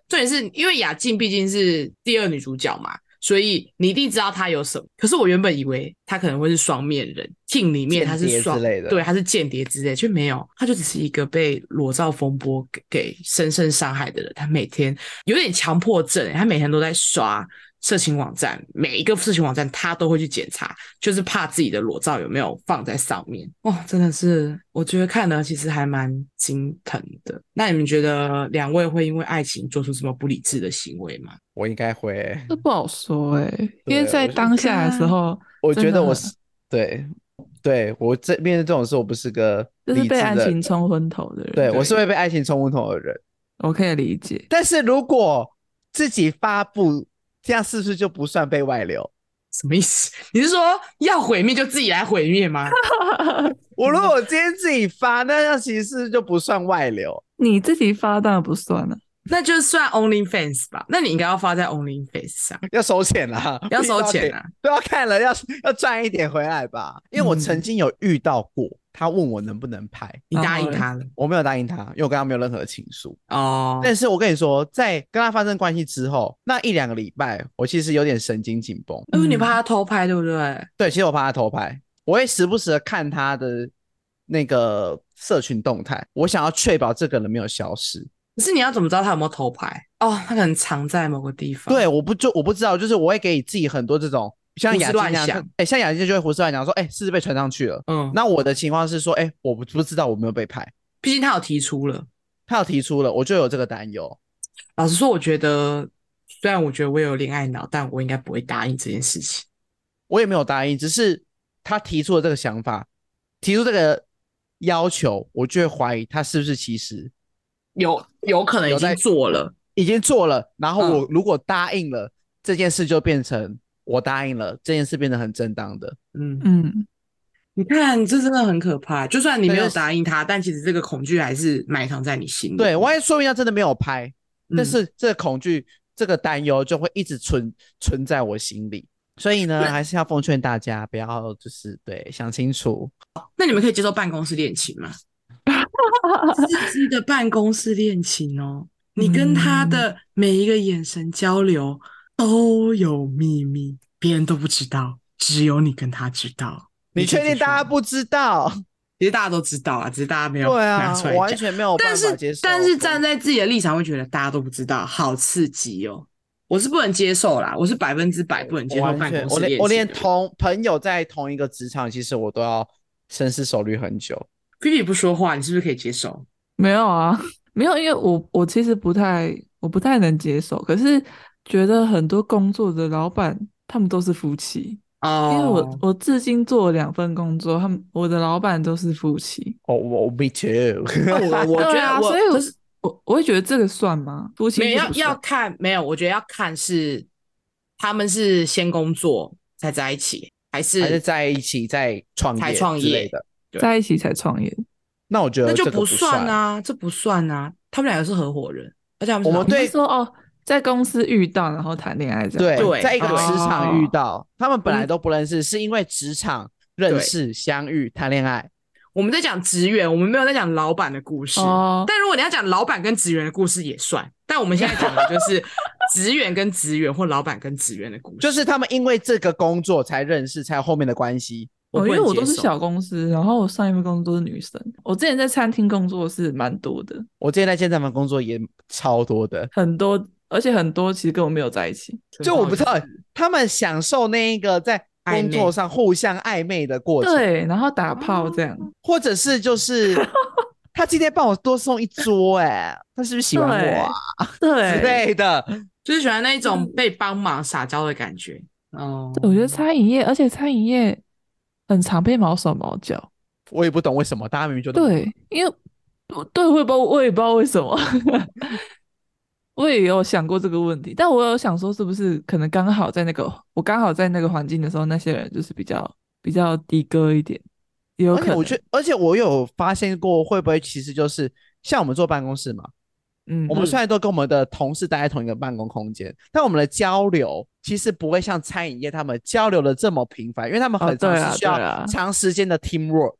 Speaker 1: 重点是因为雅静毕竟是第二女主角嘛，所以你一定知道她有什么。可是我原本以为她可能会是双面人，King 里面她
Speaker 2: 间
Speaker 1: 是
Speaker 2: 谍
Speaker 1: 双
Speaker 2: 之类的
Speaker 1: 对，她是间谍之类，却没有，她就只是一个被裸照风波给给深深伤害的人。她每天有点强迫症、她每天都在刷。色情网站每一个色情网站，她都会去检查，就是怕自己的裸照有没有放在上面。哦，真的是，我觉得看了其实还蛮心疼的。那你们觉得两位会因为爱情做出什么不理智的行为吗？
Speaker 2: 我应该会，
Speaker 3: 这不好说哎、因为
Speaker 2: 对
Speaker 3: 在
Speaker 2: 我
Speaker 3: 当下的时候，
Speaker 2: 我觉
Speaker 3: 真
Speaker 2: 得
Speaker 3: 的
Speaker 2: 我是对，对我这面对这种事，我不是个
Speaker 3: 就是
Speaker 2: 理
Speaker 3: 被
Speaker 2: 智
Speaker 3: 爱
Speaker 2: 的
Speaker 3: 情
Speaker 2: 人
Speaker 3: 冲昏头的人，
Speaker 2: 对我是会被爱情冲昏头的人。
Speaker 3: 我可以理解。
Speaker 2: 但是如果自己发布，这样是不是就不算被外流？
Speaker 1: 什么意思？ 你是说要毁灭就自己来毁灭吗？ 嗯
Speaker 2: 我如果今天自己发，那样其实就不算外流。
Speaker 3: 你自己发当然不算啊了、
Speaker 1: 那就算 OnlyFans 吧。那你应该要发在 OnlyFans 上，
Speaker 2: 要收钱啦，
Speaker 1: 要收钱啊！
Speaker 2: 都要看了，要要赚一点回来吧。因为我
Speaker 1: 嗯
Speaker 2: 曾经有遇到过，他问我能不能拍，
Speaker 1: 你答应
Speaker 3: 然后嘞
Speaker 1: 他了
Speaker 2: 我没有答应他，因为我跟他没有任何情愫。
Speaker 1: 哦。
Speaker 2: 但是我跟你说，在跟他发生关系之后，那一两个礼拜，我其实有点神经紧绷。
Speaker 1: 因为你怕他偷拍，对不对？
Speaker 2: 对，其实我怕他偷拍，我会时不时的看他的那个社群动态，我想要确保这个人没有消失。
Speaker 1: 可是你要怎么知道他有没有偷拍？哦，他可能藏在某个地方。
Speaker 2: 对，，我不就我不知道，就是我会给自己很多这种像
Speaker 1: 胡思
Speaker 2: 雅静那
Speaker 1: 乱
Speaker 2: 样，
Speaker 1: 想
Speaker 2: 哎、像雅静就会胡思乱想说，哎、是不是被传上去了？
Speaker 1: 嗯，那
Speaker 2: 那我的情况是说，哎、我不不知道我没有被拍，
Speaker 1: 毕竟他有提出了。
Speaker 2: 他有提出了，我就有这个担忧。
Speaker 1: 老实说，我觉得虽然我觉得我有恋爱脑，但我应该不会答应这件事情。
Speaker 2: 我也没有答应，只是他提出了这个想法，提出这个要求，我就会怀疑他是不是其实
Speaker 1: 有有可能已
Speaker 2: 有在
Speaker 1: 经做了，
Speaker 2: 已经做了，然后
Speaker 1: 嗯
Speaker 2: 我如果答应了、这件事，就变成我答应了这件事变得很正当的。
Speaker 1: 嗯，
Speaker 3: 嗯，
Speaker 1: 你看这真的很可怕。就算你没
Speaker 2: 对
Speaker 1: 有
Speaker 2: 就是
Speaker 1: 答应他，但其实这个恐惧还是埋藏在你心里。
Speaker 2: 对，万一说明他真的没有拍，
Speaker 1: 嗯，
Speaker 2: 但是这个恐惧、这个担忧就会一直存存在我心里。所以呢，
Speaker 1: 那
Speaker 2: 还是要奉劝大家不要就是对想清楚。
Speaker 1: 那你们可以接受办公室恋情 吗？司机的办公室恋情哦，你
Speaker 2: 嗯
Speaker 1: 跟他的每一个眼神交流都有秘密，别人都不知道，只有你跟他知道。
Speaker 2: 你确定大家
Speaker 1: 不？
Speaker 2: 不知道？
Speaker 1: 其实大家都知道啊，只是大家没有
Speaker 2: 对
Speaker 1: 拿
Speaker 2: 啊
Speaker 1: 出来，
Speaker 2: 我
Speaker 1: 讲。
Speaker 2: 完全没有办
Speaker 1: 但
Speaker 2: 法接
Speaker 1: 是
Speaker 2: 受。
Speaker 1: 但是站在自己的立场，会觉得大家都不知道，好刺激哦！我是不能接受啦，我是百分之百不能接受
Speaker 2: 我完
Speaker 1: 办
Speaker 2: 全
Speaker 1: 公
Speaker 2: 我
Speaker 1: 室恋
Speaker 2: 连
Speaker 1: 情
Speaker 2: 我连
Speaker 1: 的
Speaker 2: 同朋友在同一个职场，其实我都要深思熟虑很久。
Speaker 1: 皮皮不说话，你是不是可以接受？
Speaker 3: 没有啊， 没有，因为我我其实不太我不太能接受，可是觉得很多工作的老板他们都是夫妻，
Speaker 1: 哦，
Speaker 3: 因为我我至今做了两份工作，他们我的老板都是夫妻，
Speaker 2: 哦，我 me too。
Speaker 1: 我 我觉
Speaker 3: 对
Speaker 1: 得
Speaker 3: 啊，
Speaker 1: 我
Speaker 3: 所以我
Speaker 1: 可是
Speaker 3: 我我会觉得这个算吗？夫妻
Speaker 1: 没有
Speaker 3: 是
Speaker 1: 要
Speaker 3: 不
Speaker 1: 要
Speaker 3: 算
Speaker 1: 看没有，我觉得要看是他们是先工作才在一起，还是
Speaker 2: 还是在一起在创
Speaker 1: 才
Speaker 2: 业
Speaker 1: 创
Speaker 2: 之
Speaker 1: 业
Speaker 2: 类的，
Speaker 1: 对
Speaker 3: 在一起才创业，
Speaker 2: 那我觉得
Speaker 1: 那就
Speaker 2: 这个不
Speaker 1: 算。啊，这不算啊，他们两个是合伙人，而且他们是
Speaker 2: 我们
Speaker 1: 老板
Speaker 2: 对
Speaker 3: 你是说哦，在公司遇到然后谈恋爱这样，
Speaker 2: 对，
Speaker 1: 对
Speaker 2: 在一个
Speaker 1: 对
Speaker 2: 职场遇
Speaker 3: 哦
Speaker 2: 到，他们本来都不认识，是因为职场认识、相遇、谈恋爱。
Speaker 1: 我们在讲职员，我们没有在讲老板的故事。
Speaker 3: 哦
Speaker 1: 但如果你要讲老板跟职员的故事也算，但我们现在讲的就是 职员跟职员或老板跟职员的故事。
Speaker 2: 就是他们因为这个工作才认识，才有后面的关系。
Speaker 1: 我
Speaker 3: 哦，
Speaker 1: 不
Speaker 3: 因为
Speaker 1: 能
Speaker 3: 我
Speaker 1: 接
Speaker 3: 都是
Speaker 1: 受
Speaker 3: 小公司，然后我上一份工作都是女生。我之前在餐厅工作是蛮多的，
Speaker 2: 我之前在健身房工作也超多的，
Speaker 3: 很多，而且很多其实跟我没有在一起。
Speaker 2: 就我不知道他们享受那一个在
Speaker 1: 暧
Speaker 2: 工
Speaker 1: 昧
Speaker 2: 作上互相暧昧的过程，
Speaker 3: 对，然后打炮这样，
Speaker 2: 或者是就是 他今天帮我多送一桌、哎，他是不是喜欢我啊之
Speaker 3: 对，
Speaker 2: 类的？
Speaker 1: 就是喜欢那一种被帮忙撒娇的感觉。哦，
Speaker 3: 我觉得餐饮业，而且餐饮业很常被毛手毛脚。
Speaker 2: 我也不懂为什么，大家明明就那么
Speaker 3: 对，因为我对我也不知道，我也不知道为什么。 我也有想过这个问题，但我有想说，是不是可能刚好在那个我刚好在那个环境的时候，那些人就是比较比较低歌一点，也有
Speaker 2: 而
Speaker 3: 可
Speaker 2: 且
Speaker 3: 能。
Speaker 2: 我觉得，而且我有发现过，会不会其实就是像我们坐办公室嘛，
Speaker 3: 嗯，
Speaker 2: 我们虽然都跟我们的同事待在同一个办公空间，但我们的交流其实不会像餐饮业他们交流的这么频繁，因为他们
Speaker 3: 哦
Speaker 2: 很长
Speaker 3: 对啊
Speaker 2: 是需
Speaker 3: 对啊
Speaker 2: 要长时间的 team work，、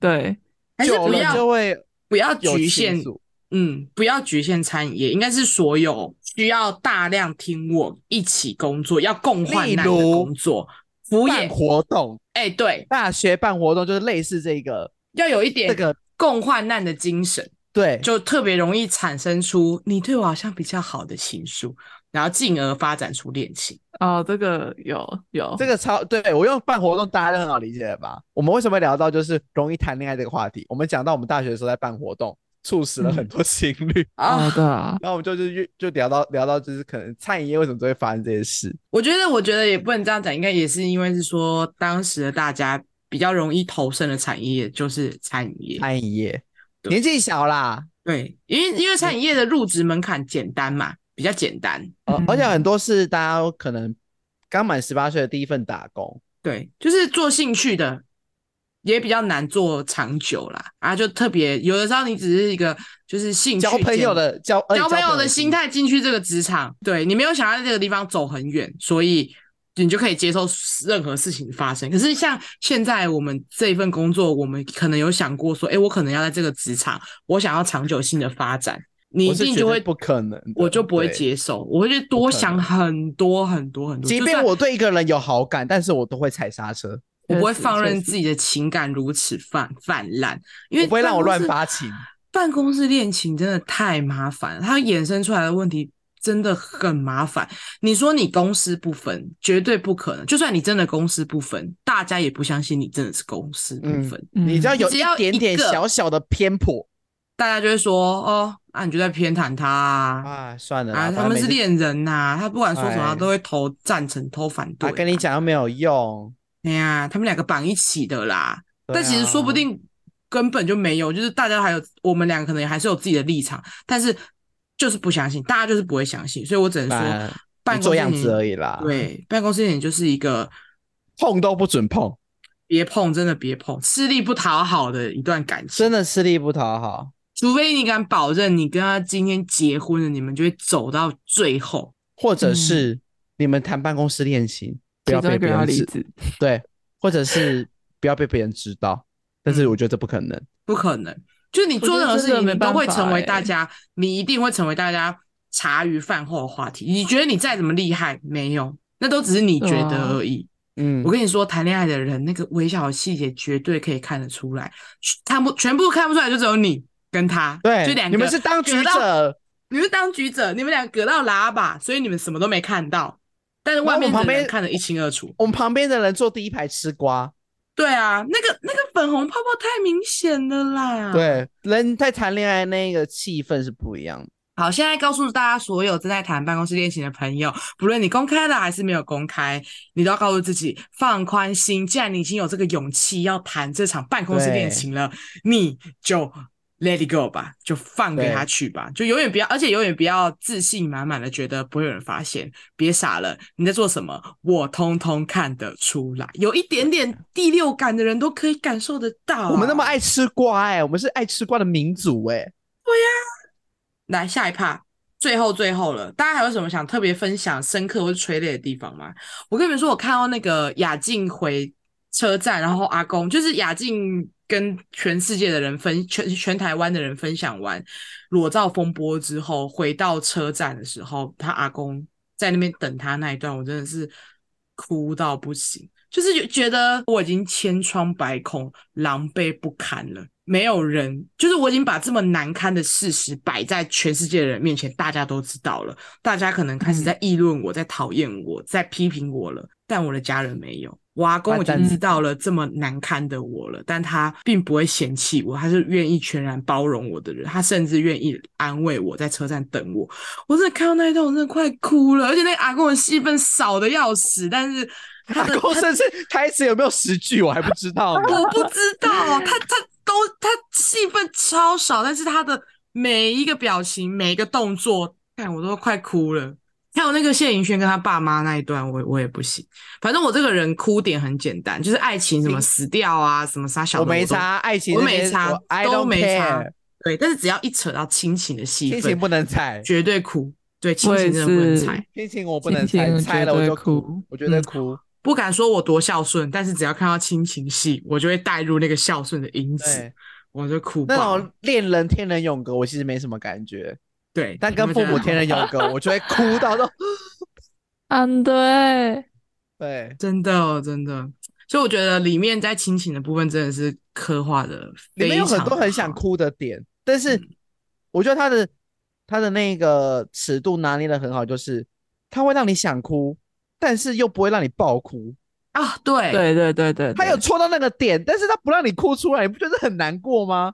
Speaker 3: 对，
Speaker 1: 还是
Speaker 2: 久
Speaker 1: 不
Speaker 2: 了就
Speaker 1: 要
Speaker 2: 会
Speaker 1: 不要
Speaker 2: 有
Speaker 1: 局限
Speaker 2: 情愫
Speaker 1: 嗯，不要局限餐饮业，应该是所有需要大量听我一起工作、要共患
Speaker 2: 例
Speaker 1: 难的
Speaker 2: 如
Speaker 1: 工作，服务
Speaker 2: 办
Speaker 1: 业。
Speaker 2: 活动，
Speaker 1: 哎、对，
Speaker 2: 大学办活动就是类似这个
Speaker 1: 要有一点
Speaker 2: 这个
Speaker 1: 共患难的精神。
Speaker 2: 对，
Speaker 1: 就特别容易产生出你对我好像比较好的情愫，然后进而发展出恋情。
Speaker 3: 哦，这个有有
Speaker 2: 这个超对我用办活动，大家都很好理解了吧？我们为什么会聊到就是容易谈恋爱这个话题？我们讲到我们大学的时候在办活动，促使了很多情侣。
Speaker 3: 哦，对啊，
Speaker 2: 然后我们就是越就聊到聊到就是可能餐饮业为什么都会发生这些事，
Speaker 1: 我觉得，我觉得也不能这样讲，应该也是因为是说当时的大家比较容易投身的产业就是餐饮业，
Speaker 2: 餐饮业
Speaker 1: 对
Speaker 2: 年纪小啦，
Speaker 1: 对，因为因为餐饮业的入职门槛简单嘛，比较简单，
Speaker 2: 呃
Speaker 3: 嗯
Speaker 2: 而且很多是大家可能刚满十八岁的第一份打工，
Speaker 1: 对，就是做兴趣的也比较难做长久啦。啊，就特别有的时候你只是一个就是兴趣
Speaker 2: 交朋友
Speaker 1: 兼
Speaker 2: 的交呃
Speaker 1: 交朋友的心
Speaker 2: 心态。
Speaker 1: 态进去这个职场，对你没有想要在这个地方走很远，所以你就可以接受任何事情发生。可是像现在我们这一份工作，我们可能有想过说，哎、我可能要在这个职场，我想要长久性的发展，你一
Speaker 2: 我是
Speaker 1: 定
Speaker 2: 觉
Speaker 1: 就
Speaker 2: 得
Speaker 1: 会
Speaker 2: 不可能的
Speaker 1: 我就不会
Speaker 2: 对
Speaker 1: 接受，我会去多想很多很多很多，
Speaker 2: 即
Speaker 1: 就
Speaker 2: 便
Speaker 1: 算
Speaker 2: 我对一个人有好感，但是我都会踩刹车，
Speaker 1: 我不会
Speaker 3: 确实
Speaker 1: 放
Speaker 3: 确
Speaker 1: 任
Speaker 3: 实
Speaker 1: 自己的情感如此泛泛滥，因
Speaker 2: 我
Speaker 1: 为
Speaker 2: 不会让我
Speaker 1: 办公
Speaker 2: 乱
Speaker 1: 室
Speaker 2: 发情。
Speaker 1: 办公室恋情真的太麻烦了，它衍生出来的问题真的很麻烦。你说你公私不分，绝对不可能。就算你真的公私不分，大家也不相信你真的是公私不分，
Speaker 2: 你只要
Speaker 3: 嗯
Speaker 2: 有
Speaker 1: 只要
Speaker 2: 一点
Speaker 1: 一
Speaker 2: 点
Speaker 1: 个
Speaker 2: 小小的偏颇
Speaker 1: 大家就会说：“哦，那、你就在偏袒他啊，
Speaker 2: 啊，算了啦
Speaker 1: 啊，
Speaker 2: 反
Speaker 1: 他
Speaker 2: 正
Speaker 1: 们
Speaker 2: 每
Speaker 1: 是
Speaker 2: 次
Speaker 1: 恋人呐、他不管说什么
Speaker 2: 哎
Speaker 1: 都会投赞成、投反对、
Speaker 2: 啊，跟你，讲又没有用。
Speaker 1: 哎呀，他们两个绑一起的啦。
Speaker 2: 对
Speaker 1: 但其实说不
Speaker 2: 啊
Speaker 1: 定根本就没有，就是大家还有我们两个可能还是有自己的立场，但是就是不相信，大家就是不会相信，所以我只能
Speaker 2: 反
Speaker 1: 说，办公
Speaker 2: 你做
Speaker 1: 室
Speaker 2: 样
Speaker 1: 里
Speaker 2: 子而已啊啦，，
Speaker 1: 对，办公室恋情就是一个
Speaker 2: 碰都不准碰，
Speaker 1: 别碰，真的别碰，吃力不讨好的一段感情。
Speaker 2: 真的吃力不讨好。
Speaker 1: 除非你敢保证你跟他今天结婚了，你们就会走到最后。
Speaker 2: 或者
Speaker 3: 嗯
Speaker 2: 是你们谈办公室恋情，不要
Speaker 3: 其中
Speaker 2: 被
Speaker 3: 一个
Speaker 2: 别
Speaker 3: 人要
Speaker 2: 人
Speaker 3: 离
Speaker 2: 知
Speaker 3: 职，
Speaker 2: 对，或者是不要被别人知道。
Speaker 1: 嗯
Speaker 2: 但是我觉得这不可能，
Speaker 1: 不可能。就是你
Speaker 3: 我
Speaker 1: 做
Speaker 3: 觉得
Speaker 1: 任何
Speaker 3: 真
Speaker 1: 事
Speaker 3: 的
Speaker 1: 情，
Speaker 3: 没
Speaker 1: 你都会
Speaker 3: 办法
Speaker 1: 成为
Speaker 3: 欸
Speaker 1: 大家，你一定会成为大家茶余饭后的话题。你觉得你再怎么厉害，没有，那都只是你觉
Speaker 3: 对啊
Speaker 1: 得而已。
Speaker 2: 嗯
Speaker 1: 我，跟你说，谈恋爱的人那个微小的细节绝对可以看得出来，看不全部看不出来，就只有你跟他，
Speaker 2: 对，
Speaker 1: 就两个。
Speaker 2: 你们是当局
Speaker 1: 隔到，
Speaker 2: 者，
Speaker 1: 你们是当局者，你们俩隔到喇叭，所以你们什么都没看到，但是
Speaker 2: 然
Speaker 1: 外
Speaker 2: 后我
Speaker 1: 面的
Speaker 2: 旁
Speaker 1: 人
Speaker 2: 边
Speaker 1: 看得一清二楚。
Speaker 2: 我们旁边的人坐第一排吃瓜，
Speaker 1: 对啊，那个那个粉红泡泡太明显了啦。。
Speaker 2: 对，人在谈恋爱那个气氛是不一样的。
Speaker 1: 好，现在告诉大家，所有正在谈办公室恋情的朋友，不论你公开了还是没有公开，你都要告诉自己放宽心。既然你已经有这个勇气要谈这场办公室恋情了，你就 let it go 吧，就放给他
Speaker 2: 对
Speaker 1: 去吧，就永远不要，而且永远不要自信满满的觉得不会有人发现，别傻了，你在做什么，我通通看得出来，有一点点第六感的人都可以感受得到。啊
Speaker 2: 我们那么爱吃瓜、哎，我们是爱吃瓜的民族、哎，
Speaker 1: 来下一趴，最后最后了，大家还有什么想特别分享、深刻或是催泪的地方吗？我跟你们说，我看到那个雅静回车站，然后阿公就是雅静跟全世界的人分全全台湾的人分享完裸照风波之后，回到车站的时候，他阿公在那边等他那一段，我真的是哭到不行，就是觉觉得我已经千疮百孔、狼狈不堪了。没有人，就是我已经把这么难堪的事实摆在全世界的人面前，大家都知道了。大家可能开始
Speaker 2: 嗯
Speaker 1: 在议论我，在讨厌我，在批评我了，但我的家人没有。我阿公已经
Speaker 2: 完蛋
Speaker 1: 知道了这么难堪的我了，但他并不会嫌弃我，他是愿意全然包容我的人，他甚至愿意安慰我，在车站等我。我真的看到那一段，我真的快哭了，而且那个阿公的戏份少的要死，但是他的
Speaker 2: 阿公甚至台词有没有十句我还不知道 呢。
Speaker 1: 我不知道，啊他他都他戏份超少，但是他的每一个表情、每一个动作，看我都快哭了。还有那个谢颖轩跟他爸妈那一段，我我也不行。反正我这个人哭点很简单，就是爱情什么死掉啊，什么杀小
Speaker 2: 我
Speaker 1: 的
Speaker 2: 没
Speaker 1: 都
Speaker 2: 差，爱情
Speaker 1: 我
Speaker 2: 这些
Speaker 1: 没差
Speaker 2: 我，I
Speaker 1: 都
Speaker 2: don't
Speaker 1: 没差
Speaker 2: care，
Speaker 1: 对，但是只要一扯到亲情的戏
Speaker 2: 亲
Speaker 1: 份，
Speaker 2: 情不能踩，
Speaker 1: 绝对哭。对，亲
Speaker 3: 我也
Speaker 1: 情真的不能
Speaker 3: 是
Speaker 1: 踩，
Speaker 2: 亲情我不能
Speaker 3: 亲情
Speaker 2: 踩，
Speaker 3: 我
Speaker 2: 踩
Speaker 3: 绝
Speaker 2: 了我
Speaker 3: 对
Speaker 2: 就
Speaker 3: 哭，
Speaker 2: 我
Speaker 1: 嗯
Speaker 2: 觉得哭。
Speaker 1: 不敢说我多孝顺，但是只要看到亲情戏，我就会带入那个孝顺的因子
Speaker 2: 对，，
Speaker 1: 我就哭
Speaker 2: 那
Speaker 1: 爆了。
Speaker 2: 种恋人天人永隔，我其实没什么感觉，
Speaker 1: 对，
Speaker 2: 但跟
Speaker 1: 你会
Speaker 2: 父
Speaker 1: 觉得
Speaker 2: 母天人永 隔，我就会哭到都。
Speaker 3: 嗯，对，
Speaker 2: 对，
Speaker 1: 真的哦真的，所以我觉得里面在亲情的部分真的是刻画的
Speaker 2: 里
Speaker 1: 非常
Speaker 2: 面有很多很
Speaker 1: 好嗯
Speaker 2: 想，哭的点，但是我觉得他的他的那个尺度拿捏的很好，就是他会让你想哭，但是又不会让你爆哭。
Speaker 1: 啊，对
Speaker 3: 对对对对，
Speaker 2: 他有
Speaker 3: 对
Speaker 2: 戳到那个点，但是他不让你哭出来，你不觉得很难过吗？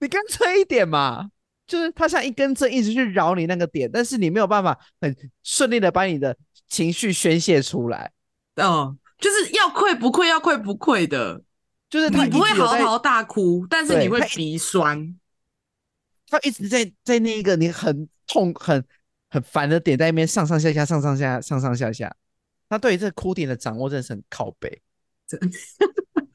Speaker 2: 你干脆一点嘛，就是他像一根针一直去绕你那个点，但是你没有办法很顺利的把你的情绪宣泄出来，
Speaker 1: 嗯，就是要愧不愧，要愧不愧的，
Speaker 2: 就是他
Speaker 1: 你不会
Speaker 2: 一直有
Speaker 1: 嚎
Speaker 2: 在
Speaker 1: 啕大哭，但是
Speaker 2: 对
Speaker 1: 你会
Speaker 2: 他一
Speaker 1: 鼻酸，
Speaker 2: 他一直在在那个你很痛、很很烦的点在那边上上下下、上上下下、上上下下，他对于这个哭点的掌握真的是很靠背。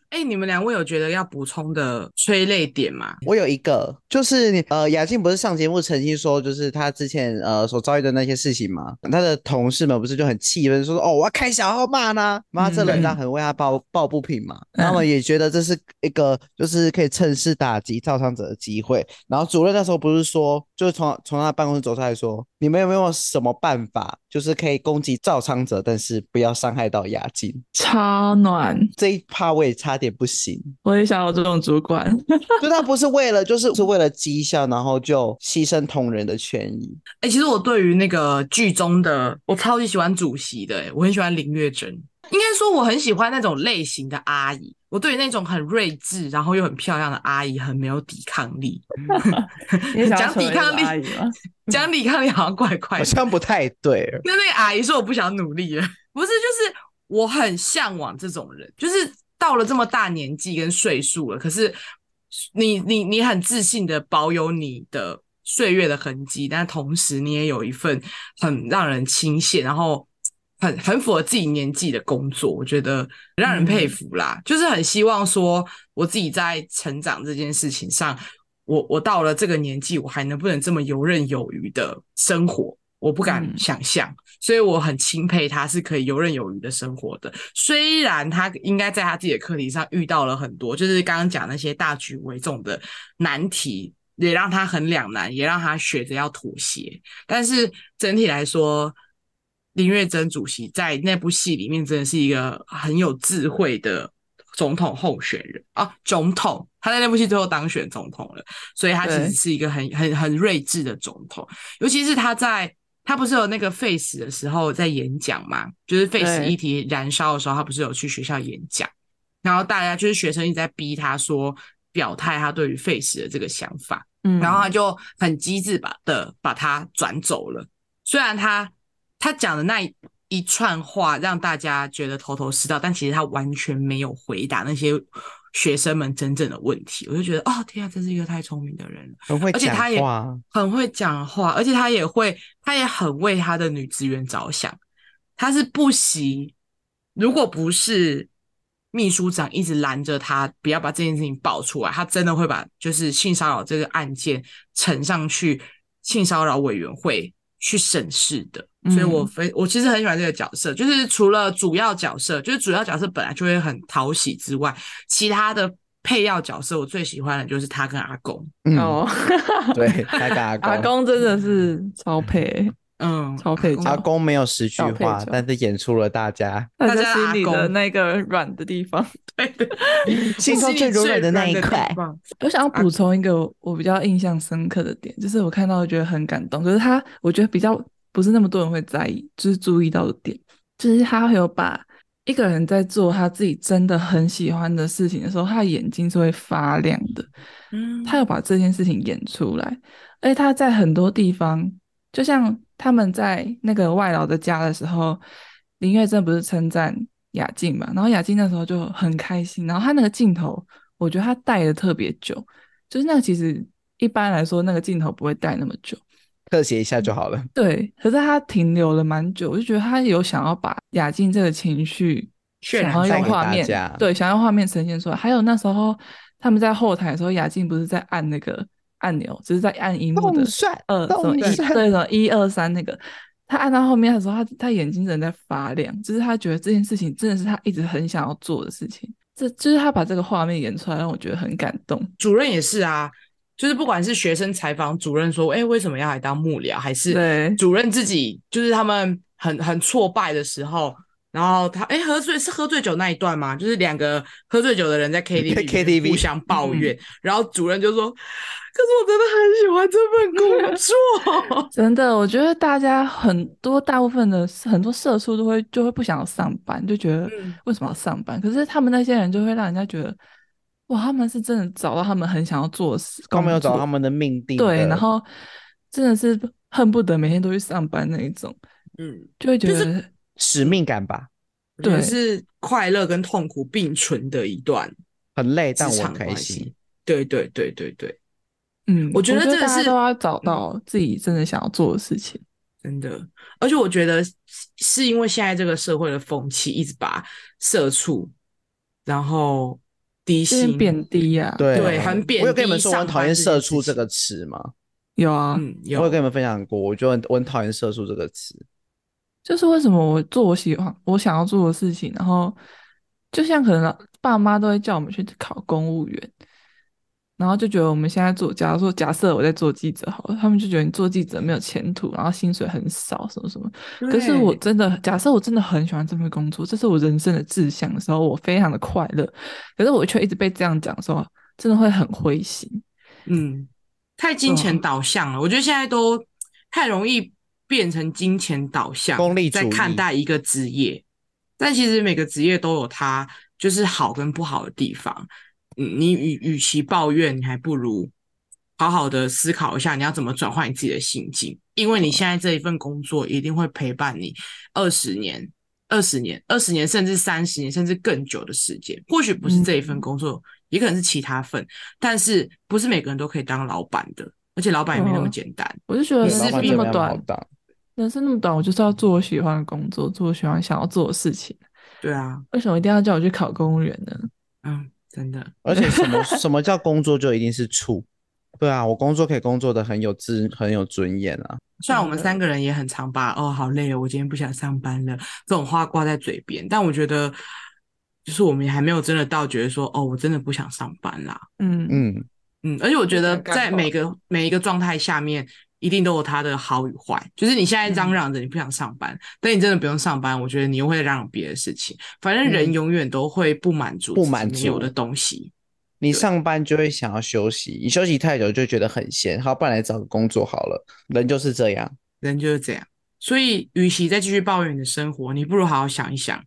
Speaker 1: 哎、你们两位有觉得要补充的催泪点吗？
Speaker 2: 我有一个，就是你呃，雅静不是上节目澄清说，就是她之前呃所遭遇的那些事情嘛，她的同事们不是就很气愤，说哦，我要开小号骂他，妈这人
Speaker 3: 嗯
Speaker 2: 家很为他抱抱不平嘛，他
Speaker 3: 嗯
Speaker 2: 们也觉得这是一个就是可以趁势打击造伤者的机会。然后主任那时候不是说，就是从从他办公室走出来说，你们有没有什么办法，就是可以攻击造伤者，但是不要伤害到雅静？
Speaker 3: 超暖，
Speaker 2: 这一趴我也差点不行，
Speaker 3: 我也想有这种主管。
Speaker 2: 就他不是为了，就是是为了绩效，然后就牺牲同仁的权益。
Speaker 1: 哎、其实我对于那个剧中的，我超级喜欢主席的、欸，我很喜欢林月珍。应该说我很喜欢那种类型的阿姨，我对于那种很睿智，然后又很漂亮的阿姨很没有抵抗力。
Speaker 3: 你也想要
Speaker 1: 讲
Speaker 3: 成为
Speaker 1: 抵抗
Speaker 3: 那个
Speaker 1: 力
Speaker 3: 阿姨吗？
Speaker 1: 讲抵抗力 好像怪怪
Speaker 2: 好
Speaker 1: 的，
Speaker 2: 像不太对，
Speaker 1: 那那个阿姨说我不想努力了， 不是，就是我很向往这种人，就是到了这么大年纪跟岁数了，可是你你你很自信的保有你的岁月的痕迹，但同时你也有一份很让人倾羡，然后。很很符合自己年纪的工作，我觉得让人佩服啦。就是很希望说，我自己在成长这件事情上，我我到了这个年纪，我还能不能这么游刃有余的生活？我不敢
Speaker 3: 嗯
Speaker 1: 想象，所以我很钦佩他是可以游刃有余的生活的。虽然他应该在他自己的课题上遇到了很多，就是刚刚讲那些大局为重的难题，也让他很两难，也让他学着要妥协。但是整体来说，林月珍主席在那部戏里面真的是一个很有智慧的总统候选人啊，总统。他在那部戏最后当选总统了，所以他其实
Speaker 3: 对
Speaker 1: 是一个很很很睿智的总统。尤其是他在他不是有那个 face 的时候在演讲嘛，就是 face
Speaker 3: 对
Speaker 1: 议题燃烧的时候，他不是有去学校演讲，然后大家就是学生一直在逼他说表态他对于 face 的这个想法，
Speaker 3: 嗯，
Speaker 1: 然后他就很机智把的把他转走了。虽然他他讲的那一一串话让大家觉得头头是道，但其实他完全没有回答那些学生们真正的问题。我就觉得，哦，天啊，真是一个太聪明的人了。
Speaker 2: 很会
Speaker 1: 而且
Speaker 2: 讲
Speaker 1: 他也
Speaker 2: 话。
Speaker 1: 很会讲话，而且他也会，他也很为他的女职员着想。他是不惜，如果不是秘书长一直拦着他，不要把这件事情爆出来，他真的会把就是性骚扰这个案件呈上去性骚扰委员会去审视的。所以我
Speaker 3: 嗯
Speaker 1: 非我其实很喜欢这个角色，就是除了主要角色，就是主要角色本来就会很讨喜之外，其他的配药角色我最喜欢的就是他跟阿公。
Speaker 2: 嗯，
Speaker 3: 哦，
Speaker 2: 对，他跟阿公，
Speaker 3: 阿公真的是超配，
Speaker 1: 嗯，
Speaker 3: 超配角
Speaker 2: 阿公没有十句
Speaker 3: 小配
Speaker 2: 话
Speaker 3: 角，
Speaker 2: 但是演出了大家
Speaker 3: 他
Speaker 1: 大家
Speaker 3: 在
Speaker 1: 的阿
Speaker 3: 心里的
Speaker 1: 公
Speaker 3: 那个软的地方。
Speaker 1: 对对，
Speaker 2: 心中最柔软的那一块。
Speaker 3: 我想要
Speaker 1: 啊
Speaker 3: 补充一个我比较印象深刻的点，就是我看到觉得很感动，就是他我觉得比较不是那么多人会在意，就是注意到的点，就是他会有把一个人在做他自己真的很喜欢的事情的时候，他的眼睛是会发亮的，
Speaker 1: 嗯
Speaker 3: 他有把这件事情演出来，而且他在很多地方，就像他们在那个外劳的家的时候，林月珍不是称赞雅静嘛，然后雅静那时候就很开心，然后他那个镜头，我觉得他带的特别久，就是那个其实一般来说那个镜头不会带那么久，
Speaker 2: 特写一下就好了。
Speaker 3: 对，可是他停留了蛮久，我就觉得他有想要把雅静这个情绪
Speaker 1: 渲
Speaker 3: 想
Speaker 1: 染
Speaker 3: 要
Speaker 2: 带
Speaker 3: 用
Speaker 2: 给
Speaker 3: 画
Speaker 2: 大
Speaker 3: 面
Speaker 2: 家，
Speaker 3: 对，想要用画面呈现出来。还有那时候他们在后台的时候，雅静不是在按那个按钮，就是在按
Speaker 1: 嗯
Speaker 3: 荧幕的
Speaker 2: 帅
Speaker 3: 呃什么一对什么一二三那个。他按到后面的时候，他他眼睛真的在发亮，就是他觉得这件事情真的是他一直很想要做的事情。这就是他把这个画面演出来，让我觉得很感动。
Speaker 1: 主任也是啊，就是不管是学生采访主任说，哎、为什么要来当幕僚，还是
Speaker 3: 对
Speaker 1: 主任自己，就是他们很很挫败的时候。然后他哎、喝醉是喝醉酒那一段吗？就是两个喝醉酒的
Speaker 2: 嗯
Speaker 1: 人在 KTV 里面
Speaker 2: KTV
Speaker 1: 互相
Speaker 2: 嗯
Speaker 1: 抱怨，然后主任就说：“可是我真的很喜欢这份工 作。
Speaker 3: 真的，我觉得大家很多大部分的很多社畜都会就会不想要上班，就觉得
Speaker 1: 嗯
Speaker 3: 为什么要上班？可是他们那些人就会让人家觉得，哇，他们是真的找到他们很想要做的事，
Speaker 2: 他们有
Speaker 3: 工
Speaker 2: 找到
Speaker 3: 作
Speaker 2: 他们的命定的，
Speaker 3: 对，然后真的是恨不得每天都去上班那一种，”
Speaker 1: 嗯，
Speaker 3: 就会觉
Speaker 1: 就是
Speaker 3: 得
Speaker 2: 使命感吧，
Speaker 1: 我觉得
Speaker 3: 对
Speaker 1: 是快乐跟痛苦并存的一段
Speaker 2: 很累，
Speaker 1: 职
Speaker 2: 但我
Speaker 1: 场
Speaker 2: 很开
Speaker 1: 关
Speaker 2: 心
Speaker 1: 系。。对对对对对，
Speaker 3: 嗯，
Speaker 1: 我觉得这个
Speaker 3: 大家
Speaker 1: 是
Speaker 3: 都要找到自己真的想要做的事情。
Speaker 1: 真的，而且我觉得是是因为现在这个社会的风气一直把社畜，然后低
Speaker 3: 这边
Speaker 1: 薪
Speaker 3: 贬低啊呀、
Speaker 2: 对
Speaker 1: 对很贬
Speaker 2: 我有跟你们
Speaker 1: 低
Speaker 2: 说我很
Speaker 1: 上
Speaker 2: 讨
Speaker 1: 班
Speaker 2: 厌
Speaker 1: 这
Speaker 2: 社
Speaker 1: 件
Speaker 2: 畜
Speaker 1: 事
Speaker 2: 这个词吗？
Speaker 3: 有啊，
Speaker 1: 嗯，
Speaker 2: 我有
Speaker 1: 有
Speaker 2: 跟你们分享过，我就很我很讨厌社畜这个词。
Speaker 3: 就是为什么我做我喜欢我想要做的事情，然后就像可能爸妈都会叫我们去考公务员，然后就觉得我们现在做，假如说假设我在做记者好了，他们就觉得你做记者没有前途，然后薪水很少，什么什么。可是我
Speaker 1: 对
Speaker 3: 真的，假设我真的很喜欢这份工作，这是我人生的志向的时候，我非常的快乐。可是我却一直被这样讲的时候，真的会很灰心。
Speaker 1: 嗯，太金
Speaker 2: 嗯
Speaker 1: 钱导向了。我觉得现在都太容易变成金钱导向，
Speaker 2: 功利主
Speaker 1: 在
Speaker 2: 义
Speaker 1: 看待一个职业。但其实每个职业都有它就是好跟不好的地方。嗯，你与与其抱怨，你还不如好好的思考一下，你要怎么转换你自己的心境。因为你现在这一份工作一定会陪伴你二十年、二十年、二十年，甚至三十年，甚至更久的时间。或许不是这一份
Speaker 3: 嗯
Speaker 1: 工作，也可能是其他份。但是不是每个人都可以当老板的，而且老板也没那么
Speaker 3: 哦
Speaker 1: 简单。
Speaker 3: 我就觉得
Speaker 1: 对
Speaker 3: 人
Speaker 1: 老
Speaker 3: 生
Speaker 1: 板
Speaker 3: 那
Speaker 1: 这
Speaker 3: 么
Speaker 1: 边
Speaker 3: 短，人生那么短，我就是要做我喜欢的工作，做我喜欢想要做的事情。
Speaker 1: 对啊，
Speaker 3: 为什么一定要叫我去考公务员呢？
Speaker 1: 嗯，真的，
Speaker 2: 而且什么 什么叫工作就一定是处？对啊，我工作可以工作的很有自很有尊严啊。
Speaker 1: 虽然我们
Speaker 3: 真的
Speaker 1: 三个人也很常把“哦，好累哦，我今天不想上班了”这种话挂在嘴边，但我觉得，就是我们也还没有真的到觉得说“哦，我真的不想上班啦”。
Speaker 3: 嗯
Speaker 2: 嗯，
Speaker 1: 嗯，而且我觉得
Speaker 3: 想干
Speaker 1: 在
Speaker 3: 话
Speaker 1: 每个每一个状态下面，一定都有它的好与坏。就是你现在
Speaker 3: 嗯
Speaker 1: 嚷嚷着你不想上班，但你真的不用上班，我觉得你又会嚷嚷别的事情。反正人
Speaker 3: 嗯
Speaker 1: 永远都会不满足
Speaker 2: 不
Speaker 1: 自己
Speaker 2: 满
Speaker 1: 没有
Speaker 2: 足
Speaker 1: 的东西。
Speaker 2: 你
Speaker 1: 对
Speaker 2: 上班就会想要休息，你休息太久就觉得很闲，好，不然来找个工作好了。人就是这样。
Speaker 1: 人就是这样。所以，与其再继续抱怨你的生活，你不如好好想一想，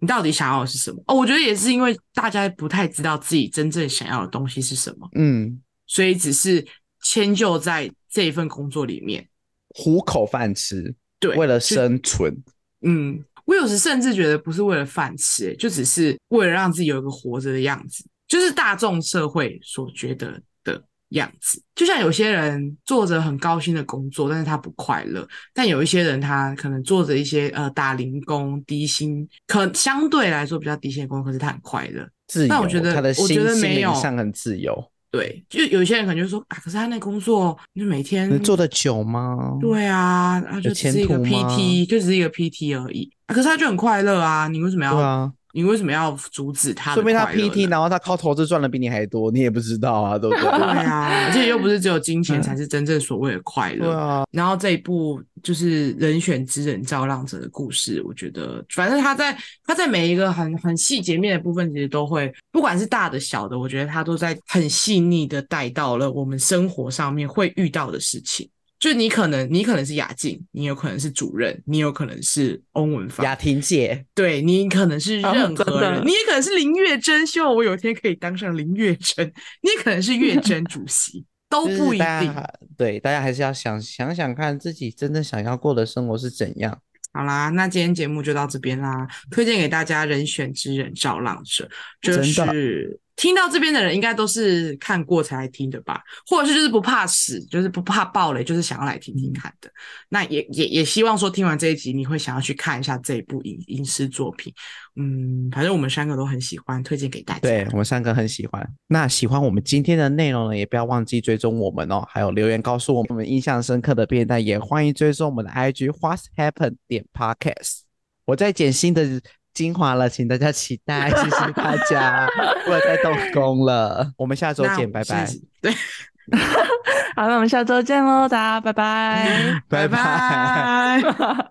Speaker 1: 你到底想要的是什么。哦，我觉得也是因为大家不太知道自己真正想要的东西是什么，
Speaker 2: 嗯，
Speaker 1: 所以只是迁就在这一份工作里面。
Speaker 2: 糊口饭吃，
Speaker 1: 对，
Speaker 2: 为了
Speaker 1: 就
Speaker 2: 生存。
Speaker 1: 嗯，我有时甚至觉得不是为了饭吃、欸就只是为了让自己有一个活着的样子，就是大众社会所觉得的样子。就像有些人做着很高薪的工作，但是他不快乐；但有一些人他可能做着一些呃打零工、低薪，可相对来说比较低薪的工作，可是他很快乐。
Speaker 2: 自由，
Speaker 1: 但我觉得
Speaker 2: 他的
Speaker 1: 我
Speaker 2: 心
Speaker 1: 觉得
Speaker 2: 心
Speaker 1: 没有
Speaker 2: 灵上很自由。
Speaker 1: 对，就有些人可能就说啊，可是他那工作就每天
Speaker 2: 能做得久吗？，
Speaker 1: 对啊，然后就
Speaker 2: 有
Speaker 1: 只
Speaker 2: 前
Speaker 1: 是一个
Speaker 2: 途吗
Speaker 1: PT，就只是一个 PT 而已。啊可是他就很快乐啊，你为什么要？
Speaker 2: 对啊
Speaker 1: 你为什么要阻止他的
Speaker 2: 说明他
Speaker 1: 快乐呢
Speaker 2: PT，然后他靠投资赚的比你还多，你也不知道啊，对不对？
Speaker 1: 对啊，而且又不是只有金钱才是真正所谓的快乐。
Speaker 2: 嗯对啊，
Speaker 1: 然后这一部就是《人选之人造浪者》的故事，我觉得反正他在他在每一个很很细节面的部分，其实都会，不管是大的小的，我觉得他都在很细腻的带到了我们生活上面会遇到的事情。就你可能你可能是雅静，你有可能是主任，你有可能是翁文芳，
Speaker 2: 雅婷姐，
Speaker 1: 对你可能是
Speaker 3: 啊
Speaker 2: 哦
Speaker 1: 任
Speaker 3: 真
Speaker 1: 何
Speaker 3: 的
Speaker 1: 人，你也可能是林月珍，希望我有一天可以当上林月珍，你也可能是 月珍主席，都
Speaker 2: 就是
Speaker 1: 不一
Speaker 2: 大
Speaker 1: 定。
Speaker 2: 家对大家还是要想想想看自己真正想要过的生活是怎样。
Speaker 1: 好啦，那今天节目就到这边啦，推荐给大家《人选之人造浪者》，就
Speaker 2: 真的
Speaker 1: 是听到这边的人应该都是看过才来听的吧，或者是就是不怕死，就是不怕暴雷，就是想要来听听看的。那也也也希望说听完这一集，你会想要去看一下这一部影影视作品。嗯，反正我们三个都很喜欢，推荐给大家。
Speaker 2: 对我们三个很喜欢。那喜欢我们今天的内容呢，也不要忘记追踪我们哦，还有留言告诉我们印象深刻的片段，也欢迎追踪我们的 IG What's Happen 点 Podcast。我在剪新的精华了，请大家期待，谢谢大 家，我在动工了，我们下周
Speaker 1: 那我
Speaker 2: 见，
Speaker 1: 们
Speaker 2: 拜
Speaker 1: 下
Speaker 2: 拜，
Speaker 1: 集对，
Speaker 3: 好，那我们下周见喽，大家拜拜。
Speaker 1: 拜
Speaker 2: 拜拜
Speaker 1: 拜。